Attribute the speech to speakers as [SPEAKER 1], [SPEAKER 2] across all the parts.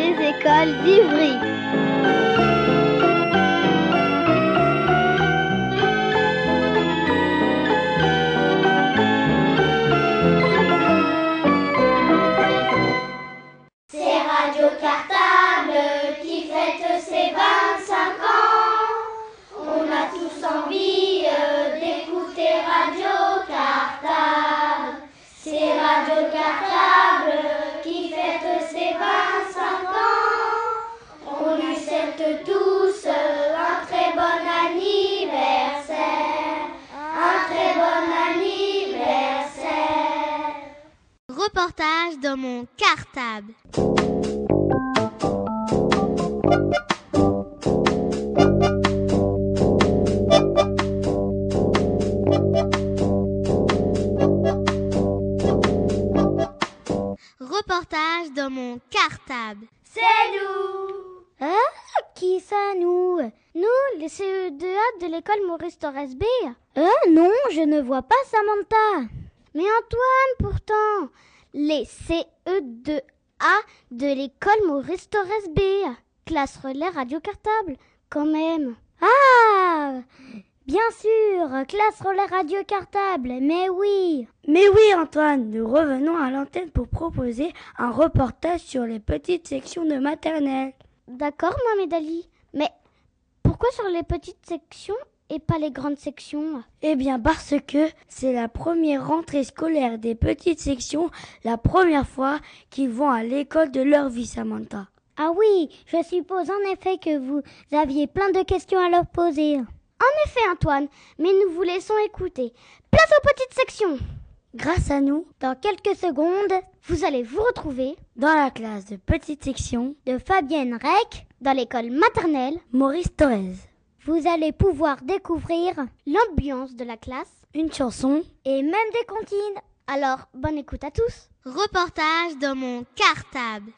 [SPEAKER 1] école d'Ivry.
[SPEAKER 2] C'est Radio Cartable qui fête ses 25 ans. On a tous envie euh, d'écouter Radio Cartable. C'est Radio Cartable qui fête ses 25 ans. On lui souhaite tous euh, un très bon anniversaire. Un très bon anniversaire.
[SPEAKER 1] Reportage dans mon cartable. Reportage dans mon cartable. Hein
[SPEAKER 2] C'est nous
[SPEAKER 1] Qui ça, nous Nous, les CE2A de l'école Maurice Torres B. Euh, non, je ne vois pas Samantha. Mais Antoine, pourtant Les CE2A de l'école Maurice Torres B. Classe relais radio cartable, quand même. Ah Bien sûr, classe relais radio cartable, mais oui
[SPEAKER 3] Mais oui Antoine, nous revenons à l'antenne pour proposer un reportage sur les petites sections de maternelle.
[SPEAKER 1] D'accord, Mohamed Ali. Mais pourquoi sur les petites sections et pas les grandes sections
[SPEAKER 3] Eh bien parce que c'est la première rentrée scolaire des petites sections, la première fois qu'ils vont à l'école de leur vie Samantha.
[SPEAKER 1] Ah oui, je suppose en effet que vous aviez plein de questions à leur poser. En effet, Antoine, mais nous vous laissons écouter. Place aux petites sections
[SPEAKER 3] Grâce à nous,
[SPEAKER 1] Dans quelques secondes, vous allez vous retrouver
[SPEAKER 3] dans la classe de petites sections,
[SPEAKER 1] de Fabienne Rec dans l'école maternelle.
[SPEAKER 3] Maurice Torres,
[SPEAKER 1] Vous allez pouvoir découvrir l'ambiance de la classe
[SPEAKER 3] une chanson
[SPEAKER 1] et même des comptines. Alors, bonne écoute à tous. Reportage dans mon cartable.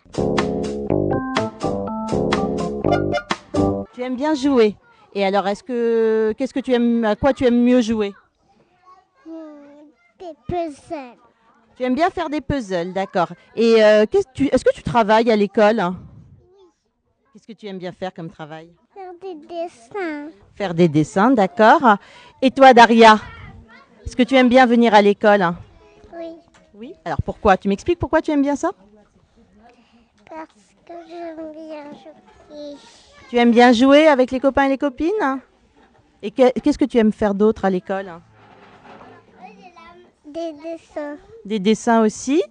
[SPEAKER 4] Tu aimes bien jouer. Et alors, est-ce que qu'est-ce que tu aimes, à quoi tu aimes mieux jouer
[SPEAKER 1] Des puzzles.
[SPEAKER 4] Tu aimes bien faire des puzzles, d'accord. Et euh, qu'est-ce que tu, est-ce que tu travailles à l'école Qu'est-ce que tu aimes bien faire comme travail
[SPEAKER 1] Faire des dessins.
[SPEAKER 4] Faire des dessins, d'accord. Et toi, Daria, est-ce que tu aimes bien venir à l'école
[SPEAKER 1] Oui,
[SPEAKER 4] Oui. Alors pourquoi Tu m'expliques pourquoi tu aimes bien ça
[SPEAKER 1] parce que j'aime bien jouer.
[SPEAKER 4] Tu aimes bien jouer avec les copains et les copines Et que- qu'est-ce que tu aimes faire d'autre à l'école
[SPEAKER 1] Des dessins.
[SPEAKER 4] Des dessins aussi.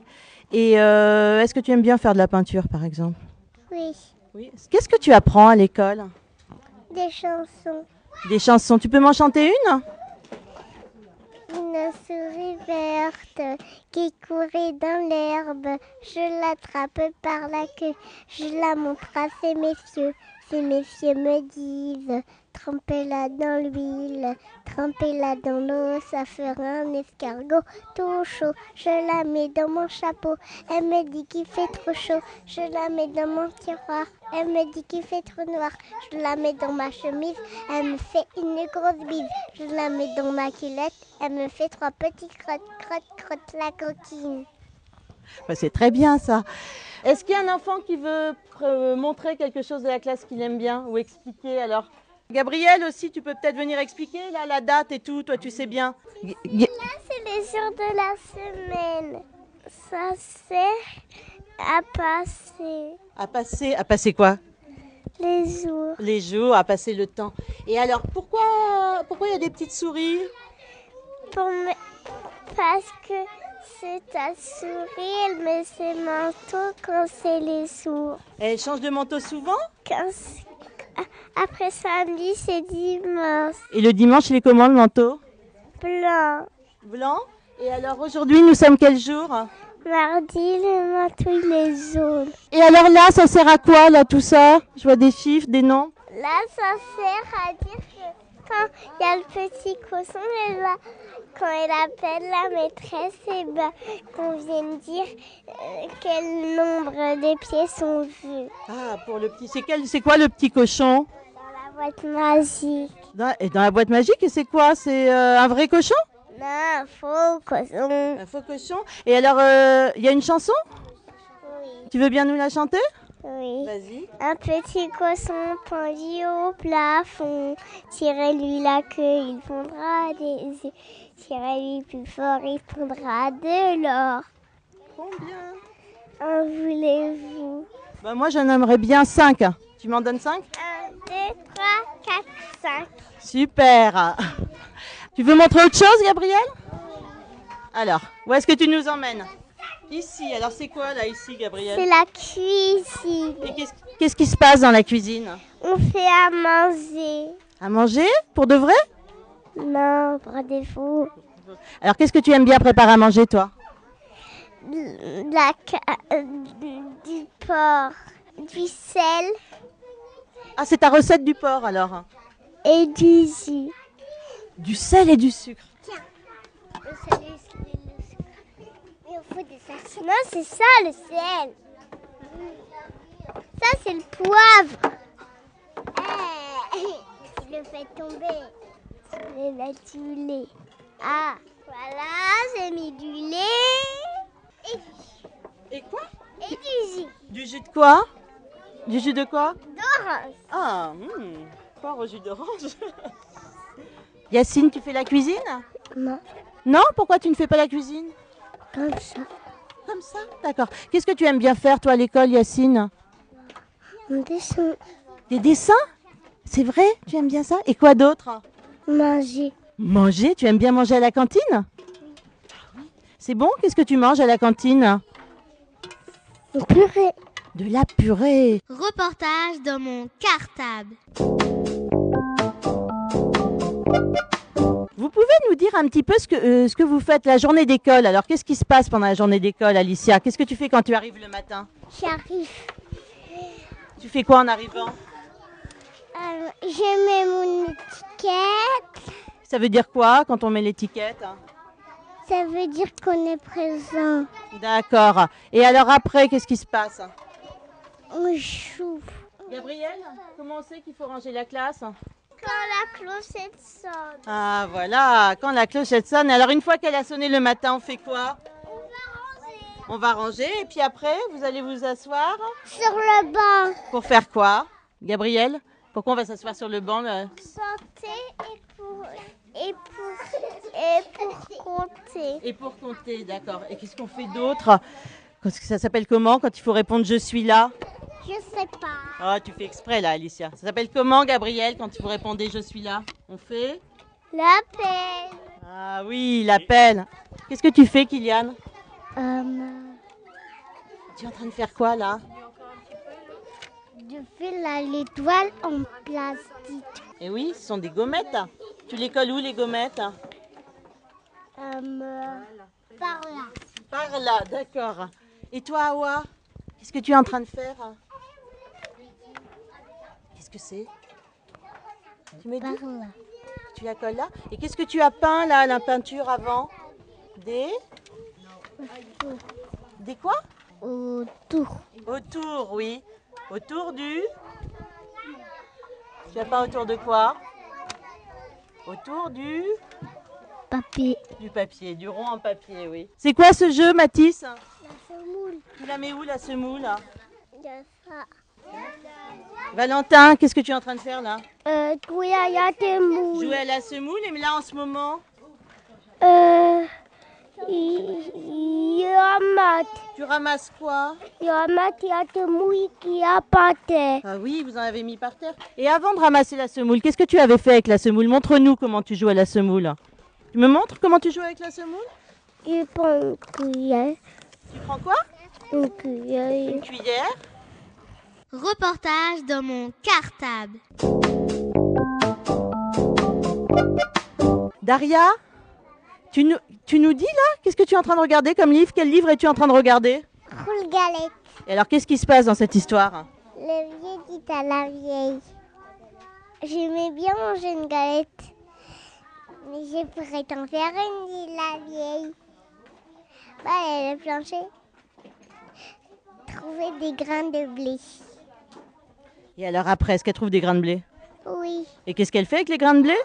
[SPEAKER 4] Et euh, est-ce que tu aimes bien faire de la peinture, par exemple
[SPEAKER 1] Oui,
[SPEAKER 4] Oui. Qu'est-ce que tu apprends à l'école
[SPEAKER 1] des chansons.
[SPEAKER 4] Des chansons. Tu peux m'en chanter une
[SPEAKER 1] Une souris verte qui courait dans l'herbe. Je l'attrape par la queue. Je la montre à ses messieurs. Ces messieurs me disent Trempez-la dans l'huile, trempez-la dans l'eau, ça fera un escargot tout chaud. Je la mets dans mon chapeau. Elle me dit qu'il fait trop chaud. Je la mets dans mon tiroir. Elle me dit qu'il fait trop noir. Je la mets dans ma chemise. Elle me fait une grosse bise. Je la mets dans ma culotte. Elle me fait trois petites crottes, crottes, crottes la coquine.
[SPEAKER 4] Bah, C'est très bien ça. Est-ce qu'il y a un enfant qui veut euh, montrer quelque chose de la classe qu'il aime bien ou expliquer alors Gabriel aussi, tu peux peut-être venir expliquer là la date et tout. Toi, tu sais bien. G- G-
[SPEAKER 1] C'est les jours de la semaine. Ça sert à passer
[SPEAKER 4] À passer, à passer quoi
[SPEAKER 1] les jours.
[SPEAKER 4] Les jours, à passer le temps. Et alors, pourquoi, pourquoi il y a des petites souris
[SPEAKER 1] Pour me- Parce que c'est ta souris, elle met ses manteaux quand c'est les jours.
[SPEAKER 4] Elles changent de manteau souvent
[SPEAKER 1] Quand c'est- Après samedi, c'est dimanche.
[SPEAKER 4] Et le dimanche, il est comment le manteau
[SPEAKER 1] Blanc.
[SPEAKER 4] Blanc. Et alors aujourd'hui, nous sommes quel jour
[SPEAKER 1] Mardi, le manteau, il est jaune.
[SPEAKER 4] Et alors là, ça sert à quoi là tout ça Je vois des chiffres, des noms.
[SPEAKER 1] Là, ça sert à dire que quand il y a le petit cochon, et là, quand elle appelle la maîtresse, et ben, qu'on vienne dire euh, quel nombre de pieds sont vus
[SPEAKER 4] Ah, pour le petit. C'est quel C'est quoi le petit cochon
[SPEAKER 1] dans la boîte magique.
[SPEAKER 4] dans, et dans la boîte magique, et c'est quoi C'est euh, un vrai cochon
[SPEAKER 1] Non, faux cochon.
[SPEAKER 4] Un faux cochon. Et alors, euh, il y a une chanson
[SPEAKER 1] Oui.
[SPEAKER 4] Tu veux bien nous la chanter
[SPEAKER 1] Oui.
[SPEAKER 4] Vas-y.
[SPEAKER 1] Un petit cosson pendu au plafond. Tirez-lui la queue, il fondra des œufs. Tirez-lui plus fort, il fondra de l'or.
[SPEAKER 4] Combien
[SPEAKER 1] En voulez-vous
[SPEAKER 4] bah, Moi, j'en aimerais bien 5. Tu m'en donnes 5
[SPEAKER 1] Un, deux, trois, quatre, cinq.
[SPEAKER 4] Super. Tu veux montrer autre chose, Gabriel Alors, où est-ce que tu nous emmènes Ici. Alors, c'est quoi là, ici,
[SPEAKER 1] C'est
[SPEAKER 4] Gabriel
[SPEAKER 1] la cuisine.
[SPEAKER 4] Et qu'est-ce- Qu'est-ce qui se passe dans la cuisine
[SPEAKER 1] On fait à manger.
[SPEAKER 4] À manger Pour de vrai
[SPEAKER 1] Non, rendez-vous.
[SPEAKER 4] Alors, qu'est-ce que tu aimes bien préparer à manger, toi
[SPEAKER 1] La, ca- euh, du porc, du sel
[SPEAKER 4] Ah, c'est ta recette du porc, alors.
[SPEAKER 1] et du jus.
[SPEAKER 4] Du sel et du sucre.
[SPEAKER 1] Le sel et le sucre. Mais on fout des salsines. Non, c'est ça le sel. Ça, c'est le poivre. Eh, tu le fais tomber. Tu le mets du lait. Ah, voilà, j'ai mis du lait et,
[SPEAKER 4] Et quoi
[SPEAKER 1] et du jus
[SPEAKER 4] Du jus de quoi Du jus de quoi
[SPEAKER 1] d'orange.
[SPEAKER 4] Ah, hmm, porc au jus d'orange. Yacine, tu fais la cuisine
[SPEAKER 1] Non,
[SPEAKER 4] Non, pourquoi tu ne fais pas la cuisine
[SPEAKER 1] comme ça.
[SPEAKER 4] Comme ça D'accord. Qu'est-ce que tu aimes bien faire, toi, à l'école, Yacine
[SPEAKER 1] On descend
[SPEAKER 4] Des dessins C'est vrai Tu aimes bien ça Et quoi d'autre
[SPEAKER 1] manger.
[SPEAKER 4] Manger Tu aimes bien manger à la cantine C'est bon Qu'est-ce que tu manges à la cantine
[SPEAKER 1] On purée.
[SPEAKER 4] De la purée.
[SPEAKER 3] Reportage dans mon cartable.
[SPEAKER 4] Vous pouvez nous dire un petit peu ce que, euh, ce que vous faites la journée d'école. Alors, qu'est-ce qui se passe pendant la journée d'école, Alicia Qu'est-ce que tu fais quand tu arrives le matin
[SPEAKER 1] J'arrive.
[SPEAKER 4] Tu fais quoi en arrivant
[SPEAKER 1] Euh, je mets mon étiquette.
[SPEAKER 4] Ça veut dire quoi quand on met l'étiquette
[SPEAKER 1] Ça veut dire qu'on est présent.
[SPEAKER 4] D'accord. Et alors après, qu'est-ce qui se passe
[SPEAKER 1] On joue.
[SPEAKER 4] Gabriel, comment on sait qu'il faut ranger la classe
[SPEAKER 1] Quand la clochette sonne,
[SPEAKER 4] Ah voilà, quand la clochette sonne. Alors une fois qu'elle a sonné le matin, Ah. on fait quoi On va ranger et puis après, vous allez vous asseoir
[SPEAKER 1] sur le banc,
[SPEAKER 4] pour faire quoi Gabriel, pourquoi on va s'asseoir sur le banc euh, là
[SPEAKER 1] santé et pour et pour et pour compter.
[SPEAKER 4] Et pour compter, d'accord. Et qu'est-ce qu'on fait d'autre Qu'est-ce que Ça s'appelle comment quand il faut répondre je suis là
[SPEAKER 1] Je sais pas.
[SPEAKER 4] Ah, tu fais exprès là, Alicia. Ça s'appelle comment, Gabriel, quand vous répondez je suis là On fait
[SPEAKER 1] La peine.
[SPEAKER 4] Ah oui, l'appel. Qu'est-ce que tu fais, Kylian
[SPEAKER 1] Euh,
[SPEAKER 4] Tu es en train de faire quoi là
[SPEAKER 1] je fais la l'étoile en plastique.
[SPEAKER 4] Eh oui, ce sont des gommettes. Tu les colles où les gommettes
[SPEAKER 1] Euh, par là.
[SPEAKER 4] Par là, d'accord. Et toi, Awa Qu'est-ce que tu es en train de faire Qu'est-ce que c'est Tu me dis
[SPEAKER 1] Par là.
[SPEAKER 4] Tu la colles là Et qu'est-ce que tu as peint là, la peinture avant Des Des quoi
[SPEAKER 1] Autour.
[SPEAKER 4] Autour, oui. Autour du. Tu as pas autour de quoi Autour du.
[SPEAKER 1] Papier.
[SPEAKER 4] Du papier, du rond en papier, oui. C'est quoi ce jeu, Mathis
[SPEAKER 1] La semoule.
[SPEAKER 4] Tu la mets où la semoule
[SPEAKER 1] Il y a ça.
[SPEAKER 4] Valentin, qu'est-ce que tu es en train de faire là
[SPEAKER 1] Euh, oui, il y a des moules.
[SPEAKER 4] Jouer à la semoule et là en ce moment,
[SPEAKER 1] Euh, il il y a mat.
[SPEAKER 4] tu ramasses quoi
[SPEAKER 1] Il y a mat, il y a des mouilles qui a pas terre.
[SPEAKER 4] Ah oui, vous en avez mis par terre. Et avant de ramasser la semoule, qu'est-ce que tu avais fait avec la semoule Montre-nous comment tu joues à la semoule. Tu me montres comment tu joues avec la semoule
[SPEAKER 1] Il prend une cuillère.
[SPEAKER 4] Tu prends quoi
[SPEAKER 1] Une cuillère.
[SPEAKER 4] Une cuillère.
[SPEAKER 3] Reportage dans mon cartable.
[SPEAKER 4] Daria, tu nous, tu nous dis là Qu'est-ce que tu es en train de regarder comme livre Quel livre es-tu en train de regarder
[SPEAKER 1] Roule galette.
[SPEAKER 4] Et alors, qu'est-ce qui se passe dans cette histoire
[SPEAKER 1] Le vieux dit à la vieille. J'aimais bien manger une galette. Mais je pourrais t'en faire une, dit la vieille. Bah, elle a planché. Trouver des grains de blé.
[SPEAKER 4] Et alors, après, est-ce qu'elle trouve des grains de blé
[SPEAKER 1] Oui,
[SPEAKER 4] Et qu'est-ce qu'elle fait avec les grains de blé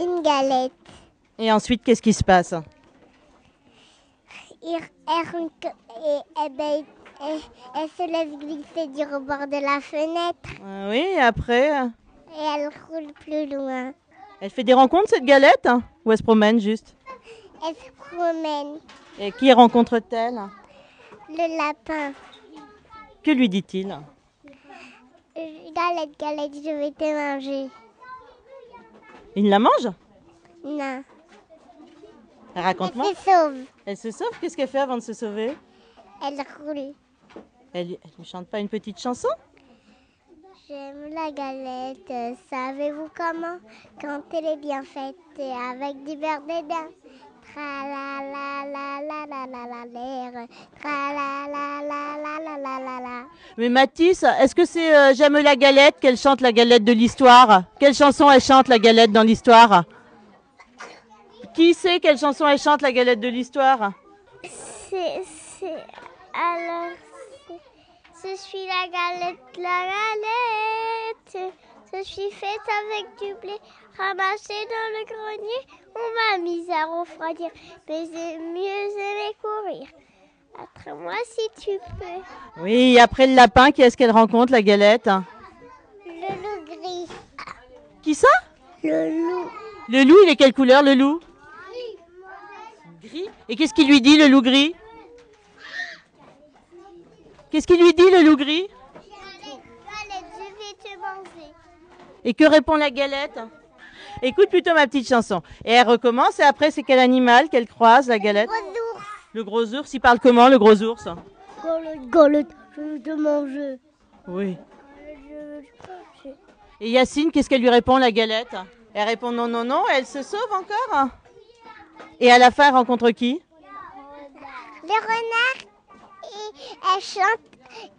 [SPEAKER 1] une galette.
[SPEAKER 4] Et ensuite, qu'est-ce qui se passe
[SPEAKER 1] Ir- er- et- eh ben, elle, Elle, elle se laisse glisser du rebord de la fenêtre
[SPEAKER 4] Ah oui, et après, euh,
[SPEAKER 1] et elle roule plus loin.
[SPEAKER 4] elle fait des rencontres cette galette hein Ou elle se promène juste
[SPEAKER 1] Elle se promène.
[SPEAKER 4] Et qui rencontre-t-elle
[SPEAKER 1] Le lapin.
[SPEAKER 4] Que lui dit-il
[SPEAKER 1] Euh, Galette, galette, je vais te manger.
[SPEAKER 4] Il la mange
[SPEAKER 1] Non.
[SPEAKER 4] Raconte-moi.
[SPEAKER 1] Elle se sauve.
[SPEAKER 4] Elle se sauve Qu'est-ce qu'elle fait avant de se sauver
[SPEAKER 1] Elle roule.
[SPEAKER 4] Elle elle ne chante pas une petite chanson
[SPEAKER 1] J'aime la galette. euh, Savez-vous comment Quand elle est bien faite et avec du beurre dedans. Tra la la la la la la la l'air. Tra la la la la la la la la.
[SPEAKER 4] Mais Mathis, est-ce que c'est euh, J'aime la galette qu'elle chante la galette de l'histoire Quelle chanson elle chante la galette dans l'histoire Qui sait quelle chanson elle chante la galette de l'histoire
[SPEAKER 1] C'est, c'est, alors, c'est- je suis la galette, la galette. Je suis faite avec du blé ramassé dans le grenier. On m'a mise à refroidir, mais j'ai mieux aimé courir. Attrape-moi si tu peux.
[SPEAKER 4] Oui, et après le lapin, qui est-ce qu'elle rencontre la galette hein?
[SPEAKER 1] Le loup gris.
[SPEAKER 4] Qui ça
[SPEAKER 1] Le loup.
[SPEAKER 4] Le loup, il est quelle couleur le loup Gris. Et qu'est-ce qu'il lui dit le loup gris Qu'est-ce qu'il lui dit le loup gris
[SPEAKER 1] Galette, galette, je vais te manger.
[SPEAKER 4] Et que répond la galette Écoute plutôt ma petite chanson. Et elle recommence, et après, c'est quel animal qu'elle croise, la galette
[SPEAKER 1] Gros ours.
[SPEAKER 4] Le gros ours, il parle comment, le gros ours
[SPEAKER 1] Galette, galette, je vais te manger.
[SPEAKER 4] Oui.
[SPEAKER 1] Je vais te manger.
[SPEAKER 4] Et Yacine, qu'est-ce qu'elle lui répond, la galette Elle répond non, non, non, et elle se sauve encore. Et à la fin, elle rencontre qui
[SPEAKER 1] Le renard, il- elle chante,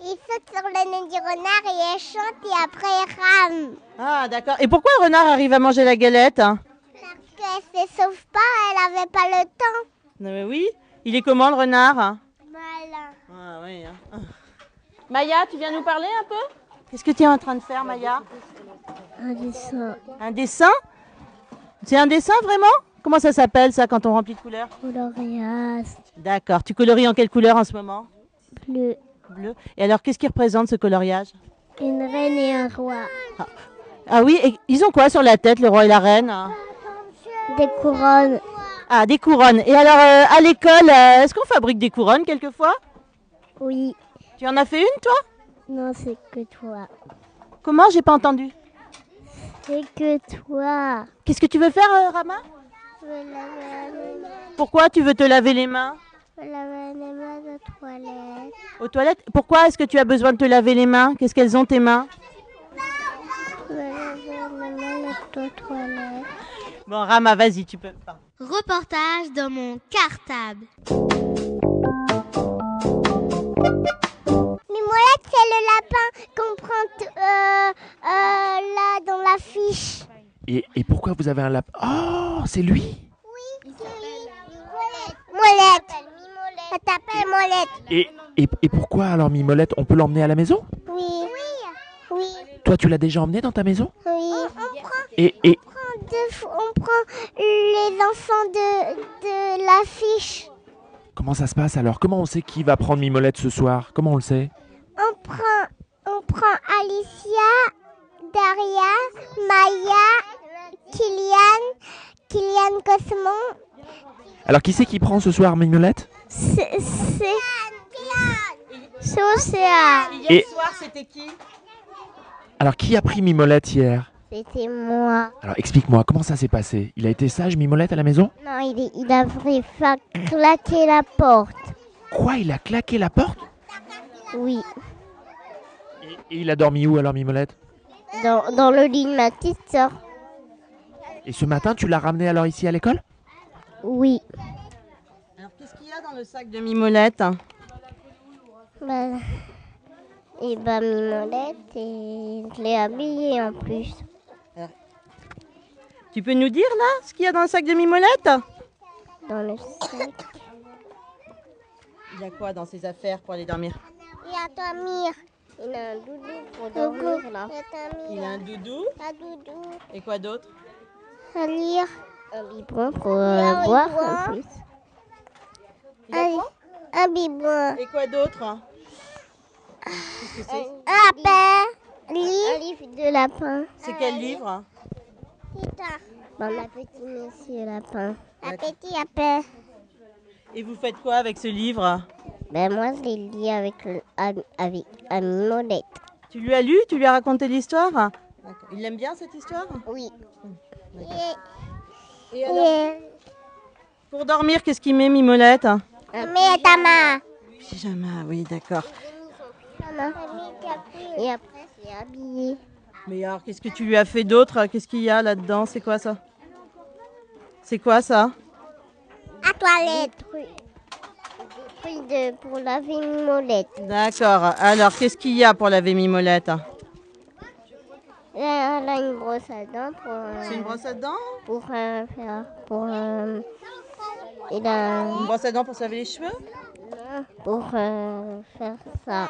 [SPEAKER 1] il saute sur le nez du renard et elle chante et après elle rame.
[SPEAKER 4] Ah, d'accord. Et pourquoi le renard arrive à manger la galette
[SPEAKER 1] Parce qu'elle se sauve pas, elle avait pas le temps.
[SPEAKER 4] Non, mais oui. Il est comment, le renard
[SPEAKER 1] Malin.
[SPEAKER 4] Ah, oui. hein. Maya, tu viens nous parler un peu Qu'est-ce que tu es en train de faire, Maya
[SPEAKER 1] Un dessin,
[SPEAKER 4] Un dessin C'est un dessin, vraiment Comment ça s'appelle, ça, quand on remplit de couleurs
[SPEAKER 1] colorias,
[SPEAKER 4] D'accord. Tu coloris en quelle couleur en ce moment
[SPEAKER 1] bleu,
[SPEAKER 4] Bleu. Et alors, qu'est-ce qui représente ce coloriage
[SPEAKER 1] une reine et un roi.
[SPEAKER 4] Ah oui, et ils ont quoi sur la tête, le roi et la reine hein.
[SPEAKER 1] Des couronnes,
[SPEAKER 4] Ah, des couronnes. Et alors, euh, à l'école, euh, est-ce qu'on fabrique des couronnes quelquefois
[SPEAKER 1] oui.
[SPEAKER 4] Tu en as fait une, toi
[SPEAKER 1] Non, c'est que toi.
[SPEAKER 4] Comment J'ai pas entendu.
[SPEAKER 1] C'est que toi.
[SPEAKER 4] Qu'est-ce que tu veux faire, euh, Rama
[SPEAKER 1] Je vais laver la-
[SPEAKER 4] Pourquoi tu veux te laver les mains
[SPEAKER 1] je vais laver les mains de toilette.
[SPEAKER 4] aux toilettes Pourquoi est-ce que tu as besoin de te laver les mains Qu'est-ce qu'elles ont, tes mains
[SPEAKER 1] Je vais laver les mains de toilette.
[SPEAKER 4] Bon, Rama, vas-y, tu peux. Pardon.
[SPEAKER 3] Reportage dans mon cartable.
[SPEAKER 1] Mimolette, c'est le lapin qu'on prend t- euh, euh, là dans la fiche.
[SPEAKER 5] Et, et pourquoi vous avez un lap Oh, c'est lui
[SPEAKER 1] Mimolette. Molette. Ça t'appelle Molette
[SPEAKER 5] et, et, et pourquoi alors Mimolette, on peut l'emmener à la maison
[SPEAKER 1] Oui. Oui. Oui.
[SPEAKER 5] Toi, tu l'as déjà emmené dans ta maison
[SPEAKER 4] Oh,
[SPEAKER 1] On,
[SPEAKER 5] Et, et
[SPEAKER 1] prend deux fou- on prend les enfants de, de la fiche.
[SPEAKER 5] comment ça se passe alors Comment on sait qui va prendre Mimolette ce soir Comment on le sait
[SPEAKER 1] On prend, on prend Alicia, Daria, Maya, Kylian, Kylian Cosmon.
[SPEAKER 5] Alors, qui c'est qui prend ce soir Mimolette
[SPEAKER 1] C'est. C'est C'est Océane.
[SPEAKER 4] Hier
[SPEAKER 5] Et-
[SPEAKER 4] soir, c'était qui
[SPEAKER 5] Alors, qui a pris Mimolette hier
[SPEAKER 1] C'était moi.
[SPEAKER 5] Alors, explique-moi, comment ça s'est passé Il a été sage Mimolette à la maison
[SPEAKER 1] Non, il, est- il a fait fa- claquer la porte.
[SPEAKER 5] Quoi Il a claqué la porte
[SPEAKER 1] Oui.
[SPEAKER 5] et, et il a dormi où alors Mimolette
[SPEAKER 1] Dans, dans le lit de ma petite soeur.
[SPEAKER 5] Et ce matin, tu l'as ramené alors ici à l'école
[SPEAKER 1] Oui.
[SPEAKER 4] Alors, qu'est-ce qu'il y a dans le sac de Mimolette
[SPEAKER 1] Bah, et bah, Mimolette, et je l'ai habillée en plus.
[SPEAKER 4] Tu peux nous dire, là, ce qu'il y a dans le sac de Mimolette
[SPEAKER 1] Dans le sac.
[SPEAKER 4] Il y a quoi dans ses affaires pour aller dormir
[SPEAKER 1] Il y a Tamir. Il a un doudou pour dormir là. Il y a Tamir.
[SPEAKER 4] Il a un doudou.
[SPEAKER 1] Un doudou.
[SPEAKER 4] Et quoi d'autre
[SPEAKER 1] Un lire. Un biberon pour euh, boire en plus.
[SPEAKER 4] Il a
[SPEAKER 1] Un, un biberon.
[SPEAKER 4] Et quoi d'autre
[SPEAKER 1] Un père lit un livre de lapin.
[SPEAKER 4] C'est quel livre
[SPEAKER 1] Bon, la petite monsieur lapin. La petite lapin.
[SPEAKER 4] Et vous faites quoi avec ce livre
[SPEAKER 1] Ben moi je l'ai lis avec le- am- avec Ami Molette.
[SPEAKER 4] Tu lui as lu Tu lui as raconté l'histoire Il aime bien cette histoire
[SPEAKER 1] Oui.
[SPEAKER 4] Et alors,
[SPEAKER 1] Et
[SPEAKER 4] Pour dormir, qu'est-ce qu'il met, Mimolette
[SPEAKER 1] mais ta main.
[SPEAKER 4] Pyjama, oui, d'accord.
[SPEAKER 1] Et après c'est habillé.
[SPEAKER 4] Mais alors, qu'est-ce que tu lui as fait d'autre Qu'est-ce qu'il y a là-dedans C'est quoi ça C'est quoi ça
[SPEAKER 1] À toilette. Des trucs, des trucs de, pour laver Mimolette.
[SPEAKER 4] D'accord. Alors, qu'est-ce qu'il y a pour laver Mimolette
[SPEAKER 1] Là, elle a une brosse à dents pour, euh,
[SPEAKER 4] C'est une brosse à dents
[SPEAKER 1] pour euh, faire pour euh, il a-
[SPEAKER 4] Une brosse à dents pour se laver les cheveux
[SPEAKER 1] pour euh, faire ça.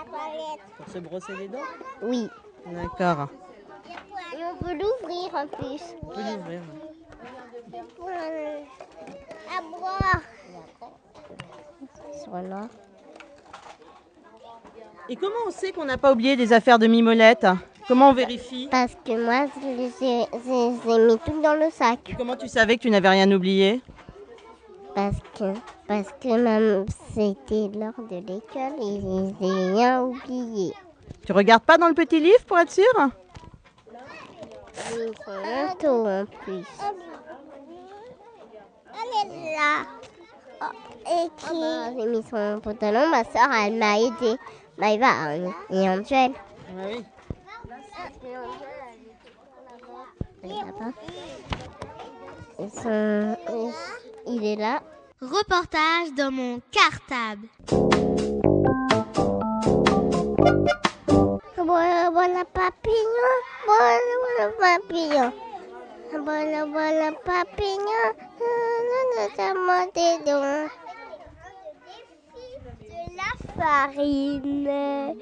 [SPEAKER 4] Pour se brosser les dents
[SPEAKER 1] Oui.
[SPEAKER 4] D'accord.
[SPEAKER 1] Et on peut l'ouvrir en plus.
[SPEAKER 4] On peut l'ouvrir.
[SPEAKER 1] Pour euh, à boire. Sur là.
[SPEAKER 4] Et comment on sait qu'on n'a pas oublié des affaires de Mimolette Comment on vérifie
[SPEAKER 1] Parce que moi, je les ai, je les ai mis tout dans le sac.
[SPEAKER 4] Comment tu savais que tu n'avais rien oublié
[SPEAKER 1] Parce que, parce que même c'était l'heure de l'école et je les ai rien oublié.
[SPEAKER 4] Tu regardes pas dans le petit livre pour être sûr
[SPEAKER 1] Ils sont mentaux en plus. Elle est là. et qui J'ai mis son pantalon, ma soeur, elle m'a aidé. Maïva hein, et Angèle.
[SPEAKER 4] Oui.
[SPEAKER 1] Elle est là-bas. Ils sont- ils- Il est là.
[SPEAKER 3] Reportage dans mon cartable.
[SPEAKER 1] Voilà, Oh, voilà papillon, voilà, voilà papillon. Voilà, voilà papillon, Euh, nous sommes montés dans de la farine.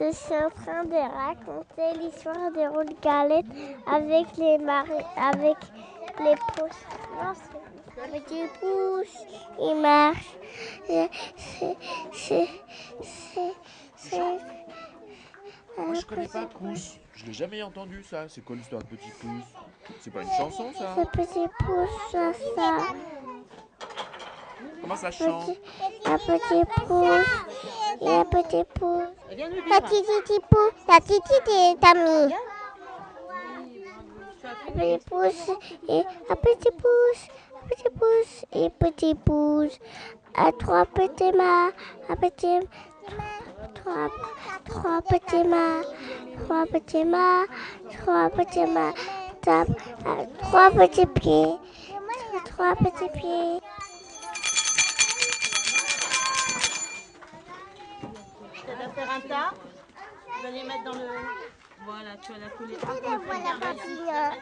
[SPEAKER 1] Je suis en train de raconter l'histoire des roules galettes avec les maris, avec les pousses. Non, c'est- avec les pousses, ils marchent. C'est- c'est- c'est- c'est- c'est-
[SPEAKER 6] Moi, je connais pas Pouce. Je l'ai jamais entendu, ça. C'est quoi l'histoire de Petit Pouce C'est pas une chanson, ça
[SPEAKER 1] Le petit pouce, ça, ça.
[SPEAKER 6] Comment ça chante
[SPEAKER 1] Petit, la petite pouce, la petite pouce.
[SPEAKER 4] Viens nous
[SPEAKER 1] La
[SPEAKER 4] dire.
[SPEAKER 1] titi pouce, la titi est amie. La petite pouce, et la petite pouce, la petite pouce, et petit pouce. À trois petits mâts, à petit. Trois, trois petits mâts, trois petits mâts, trois petits mâts. Tape, à trois petits pieds, trois petits pieds.
[SPEAKER 4] Tu vas faire un tas. Tu vas les mettre dans le. Voilà, tu vas la coller.
[SPEAKER 1] Voilà, papillon.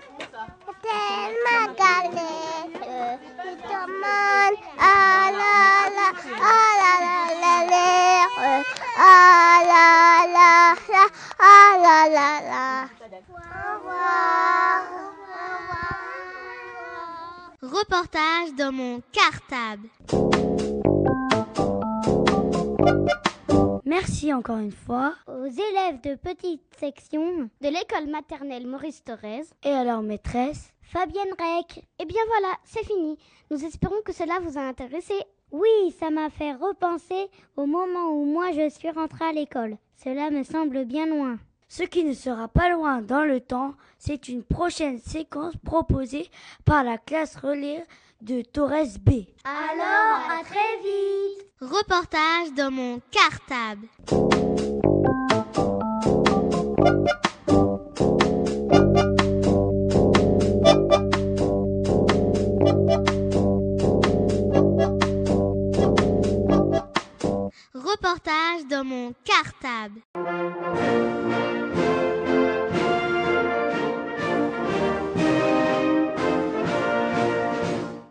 [SPEAKER 1] Tellement galère. Il demande ah la la, ah la la la l'air. Ah la la la, ah la la la. Au revoir. Au revoir.
[SPEAKER 3] Reportage dans mon cartable.
[SPEAKER 7] Merci encore une fois.
[SPEAKER 3] Aux élèves de petite section de l'école maternelle Maurice Thorez,
[SPEAKER 7] Et alors maîtresse
[SPEAKER 3] Fabienne Rec. Eh bien voilà, c'est fini. Nous espérons que cela vous a intéressé. Oui, ça m'a fait repenser au moment où moi je suis rentrée à l'école. Cela me semble bien loin.
[SPEAKER 7] Ce qui ne sera pas loin dans le temps, c'est une prochaine séquence proposée par la classe relais de Torres B.
[SPEAKER 3] Alors, à très vite Reportage dans mon cartable. Reportage dans mon cartable.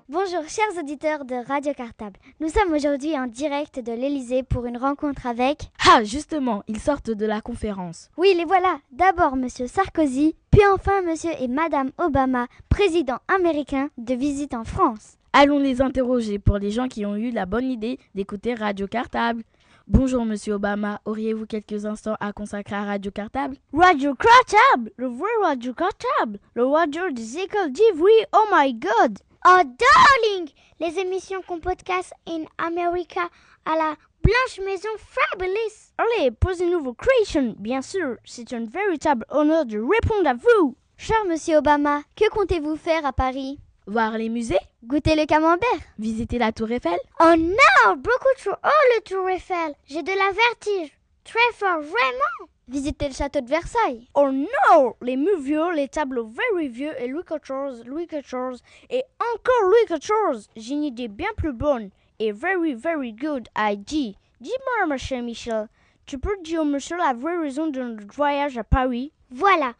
[SPEAKER 8] Bonjour chers auditeurs de Radio Cartable. Nous sommes aujourd'hui en direct de l'Elysée pour une rencontre avec...
[SPEAKER 9] Ah, justement, ils sortent de la conférence.
[SPEAKER 8] Oui, les voilà. D'abord monsieur Sarkozy, puis enfin monsieur et madame Obama, président américain, de visite en France.
[SPEAKER 9] Allons les interroger pour les gens qui ont eu la bonne idée d'écouter Radio Cartable. Bonjour Monsieur Obama, auriez-vous quelques instants à consacrer à Radio Cartable
[SPEAKER 8] Radio Cartable, le vrai Radio Cartable, le radio des écoles d'Ivry, oh my god
[SPEAKER 3] Oh darling Les émissions qu'on podcast in America à la Blanche Maison Fabulous
[SPEAKER 8] Allez, posez-nous vos questions, bien sûr, c'est un véritable honneur de répondre à vous
[SPEAKER 3] Cher Monsieur Obama, que comptez-vous faire à Paris
[SPEAKER 9] Voir les musées
[SPEAKER 3] Goûter le camembert
[SPEAKER 9] Visiter la Tour Eiffel
[SPEAKER 3] Oh non Beaucoup trop haut
[SPEAKER 8] Oh,
[SPEAKER 3] le Tour Eiffel J'ai de la vertige Très fort, vraiment Visiter le château de Versailles
[SPEAKER 8] Oh non Les murs vieux, les tableaux very vieux et Louis XIV, Louis XIV et encore Louis XIV J'ai une idée bien plus bonne et very very good idea. Dis-moi, ma chère Michel, tu peux dire au monsieur la vraie raison de notre voyage à Paris
[SPEAKER 3] Voilà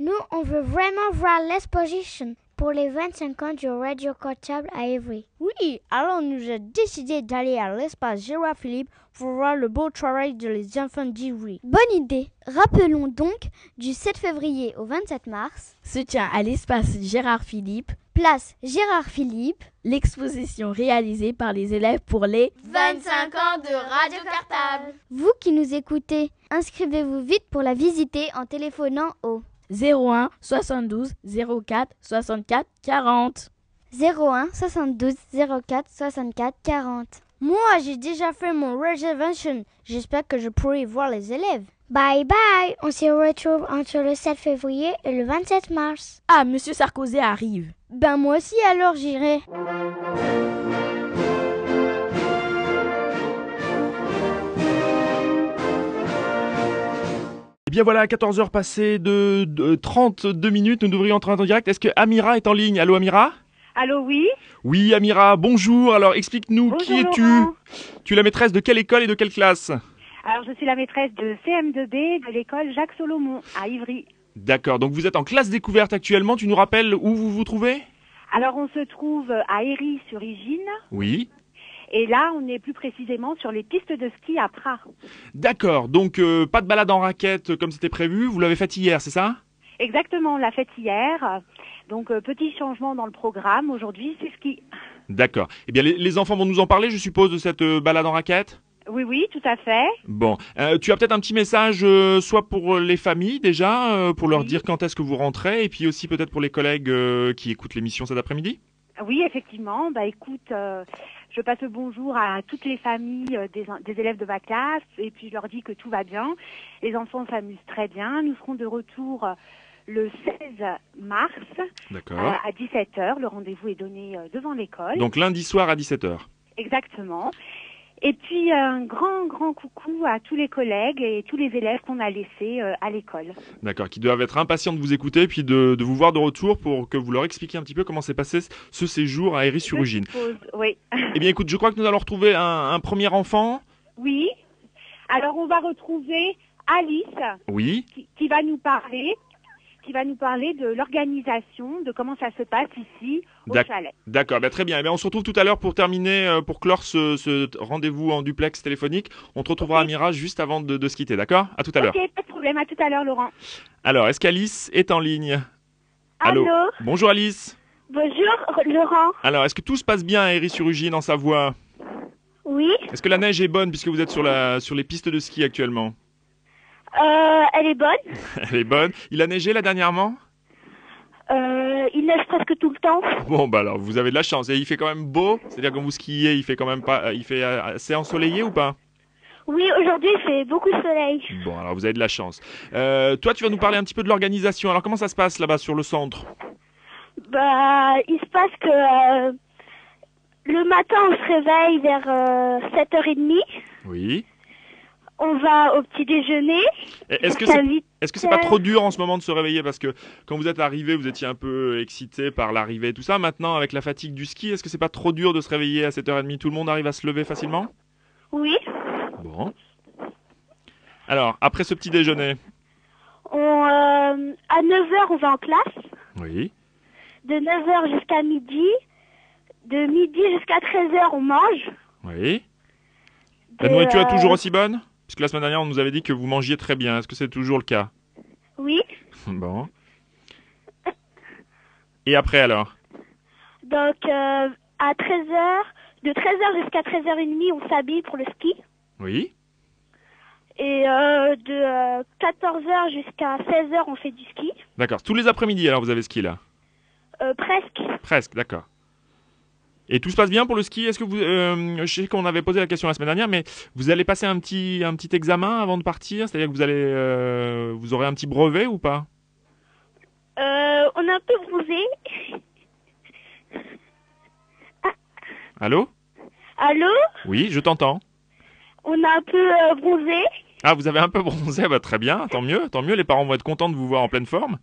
[SPEAKER 3] Nous, on veut vraiment voir l'exposition pour les 25 ans du Radio Cartable à Évry.
[SPEAKER 8] Oui, alors on nous a décidé d'aller à l'espace Gérard Philippe pour voir le beau travail de les enfants d'Ivry.
[SPEAKER 3] Bonne idée Rappelons donc, du 7 février au 27 mars,
[SPEAKER 9] se tient à l'espace Gérard Philippe
[SPEAKER 3] place Gérard Philippe,
[SPEAKER 9] l'exposition réalisée par les élèves pour les
[SPEAKER 10] 25 ans de Radio Cartable.
[SPEAKER 3] Vous qui nous écoutez, inscrivez-vous vite pour la visiter en téléphonant au
[SPEAKER 9] 01 72 04 64 40.
[SPEAKER 3] 01 72 04 64 40.
[SPEAKER 8] Moi, j'ai déjà fait mon reservation. J'espère que je pourrai voir les élèves.
[SPEAKER 3] Bye bye On s'y retrouve entre le 7 février et le 27 mars.
[SPEAKER 9] Ah, Monsieur Sarkozy arrive.
[SPEAKER 8] Ben moi aussi alors j'irai.
[SPEAKER 5] Eh bien voilà, 14h passées de, de 32 minutes, nous devrions entrer en direct. Est-ce que Amira est en ligne Allô Amira
[SPEAKER 11] Allô, oui
[SPEAKER 5] Oui Amira, bonjour. Alors explique-nous, qui
[SPEAKER 11] Bonjour,
[SPEAKER 5] es-tu
[SPEAKER 11] Laurent.
[SPEAKER 5] Tu es la maîtresse de quelle école et de quelle classe
[SPEAKER 11] Alors, je suis la maîtresse de CM2B de l'école Jacques Solomon à Ivry.
[SPEAKER 5] D'accord, donc vous êtes en classe découverte actuellement, tu nous rappelles où vous vous trouvez
[SPEAKER 11] Alors, on se trouve à Éry sur Igine
[SPEAKER 5] Oui.
[SPEAKER 11] et là, on est plus précisément sur les pistes de ski à Pras.
[SPEAKER 5] D'accord, donc euh, pas de balade en raquette euh, comme c'était prévu, vous l'avez faite hier, c'est ça
[SPEAKER 11] Exactement, on l'a faite hier. Donc, euh, petit changement dans le programme. Aujourd'hui, c'est ski.
[SPEAKER 5] D'accord. Eh bien les, les enfants vont nous en parler, je suppose, de cette euh, balade en raquette
[SPEAKER 11] Oui, oui, tout à fait.
[SPEAKER 5] Bon, Euh, tu as peut-être un petit message, euh, soit pour les familles déjà, euh, pour leur
[SPEAKER 11] Oui.
[SPEAKER 5] dire quand est-ce que vous rentrez, et puis aussi peut-être pour les collègues euh, qui écoutent l'émission cet après-midi.
[SPEAKER 11] Oui, effectivement. Bah, écoute, euh, je passe le bonjour à toutes les familles euh, des, des élèves de ma classe et puis je leur dis que tout va bien. Les enfants s'amusent très bien. Nous serons de retour euh, le 16 mars
[SPEAKER 5] D'accord.
[SPEAKER 11] Euh, à 17h. Le rendez-vous est donné euh, devant l'école.
[SPEAKER 5] Donc lundi soir à 17h.
[SPEAKER 11] Exactement. Et puis un grand, grand coucou à tous les collègues et tous les élèves qu'on a laissés euh, à l'école.
[SPEAKER 5] D'accord, qui doivent être impatients de vous écouter, puis de, de vous voir de retour pour que vous leur expliquiez un petit peu comment s'est passé ce- ce séjour à
[SPEAKER 11] Je
[SPEAKER 5] Eris-sur-Ugine.
[SPEAKER 11] suppose, Oui.
[SPEAKER 5] Eh bien écoute, je crois que nous allons retrouver un, un premier enfant.
[SPEAKER 11] Oui. Alors on va retrouver Alice.
[SPEAKER 5] Oui.
[SPEAKER 11] qui, qui va nous parler qui va nous parler de l'organisation, de comment ça se passe ici au
[SPEAKER 5] D'ac-
[SPEAKER 11] chalet.
[SPEAKER 5] D'accord, bah, très bien. Eh bien. On se retrouve tout à l'heure pour terminer, euh, pour clore ce, ce t- rendez-vous en duplex téléphonique. On te retrouvera à Mira juste avant de, de se quitter, d'accord À tout à l'heure.
[SPEAKER 11] Ok, pas de problème, à tout à l'heure Laurent.
[SPEAKER 5] Alors, est-ce qu'Alice est en ligne Allô.
[SPEAKER 11] Allô
[SPEAKER 5] Bonjour Alice.
[SPEAKER 11] Bonjour
[SPEAKER 12] Euh,
[SPEAKER 11] Laurent.
[SPEAKER 5] Alors, est-ce que tout se passe bien à Eris-sur-Ugine en Savoie
[SPEAKER 11] Oui,
[SPEAKER 5] Est-ce que la neige est bonne puisque vous êtes sur, la, sur les pistes de ski actuellement
[SPEAKER 11] euh, elle est bonne.
[SPEAKER 5] Elle est bonne. Il a neigé là dernièrement
[SPEAKER 11] Euh, il neige presque tout le temps.
[SPEAKER 5] Bon bah alors vous avez de la chance et il fait quand même beau, c'est-à-dire quand vous skiez, il fait quand même pas, euh, il fait euh, assez ensoleillé ou pas
[SPEAKER 11] Oui, aujourd'hui il fait beaucoup de soleil.
[SPEAKER 5] Mm. Bon alors vous avez de la chance. Euh, toi tu vas nous parler un petit peu de l'organisation. Alors comment ça se passe là-bas sur le centre
[SPEAKER 11] Bah, il se passe que euh, le matin on se réveille vers euh, 7h30.
[SPEAKER 5] Oui.
[SPEAKER 11] On va au petit déjeuner.
[SPEAKER 5] Est-ce que
[SPEAKER 11] Ça
[SPEAKER 5] c'est,
[SPEAKER 11] vit-
[SPEAKER 5] est-ce que c'est pas trop dur en ce moment de se réveiller parce que quand vous êtes arrivé vous étiez un peu excité par l'arrivée et tout ça. Maintenant avec la fatigue du ski, est-ce que c'est pas trop dur de se réveiller à 7h30 Tout le monde arrive à se lever facilement
[SPEAKER 11] Oui.
[SPEAKER 5] Bon. Alors après ce petit déjeuner.
[SPEAKER 11] On, euh, à 9h on va en classe.
[SPEAKER 5] Oui.
[SPEAKER 11] de 9h jusqu'à midi. De midi jusqu'à 13h, on mange.
[SPEAKER 5] Oui. La
[SPEAKER 11] De,
[SPEAKER 5] nourriture est
[SPEAKER 11] euh,
[SPEAKER 5] toujours aussi bonne Puisque la semaine dernière, on nous avait dit que vous mangiez très bien. Est-ce que c'est toujours le cas
[SPEAKER 11] Oui.
[SPEAKER 5] Bon. Et après alors
[SPEAKER 11] Donc, euh, à 13h, de 13h jusqu'à 13h30, on s'habille pour le ski.
[SPEAKER 5] Oui
[SPEAKER 13] Et euh, de 14h jusqu'à 16h, on fait du ski.
[SPEAKER 5] D'accord. Tous les après-midi, alors vous avez ski là
[SPEAKER 13] Euh, presque.
[SPEAKER 5] Presque, d'accord. Et tout se passe bien pour le ski Est-ce que vous, euh, je sais qu'on avait posé la question la semaine dernière, mais vous allez passer un petit, un petit examen avant de partir, c'est-à-dire que vous allez, euh, vous aurez un petit brevet ou pas
[SPEAKER 13] Euh, on a un peu bronzé.
[SPEAKER 5] Allô
[SPEAKER 13] Allô
[SPEAKER 5] Oui, je t'entends.
[SPEAKER 13] On a un peu euh, bronzé.
[SPEAKER 5] Ah, vous avez un peu bronzé, bah très bien, tant mieux, tant mieux. Les parents vont être contents de vous voir en pleine forme.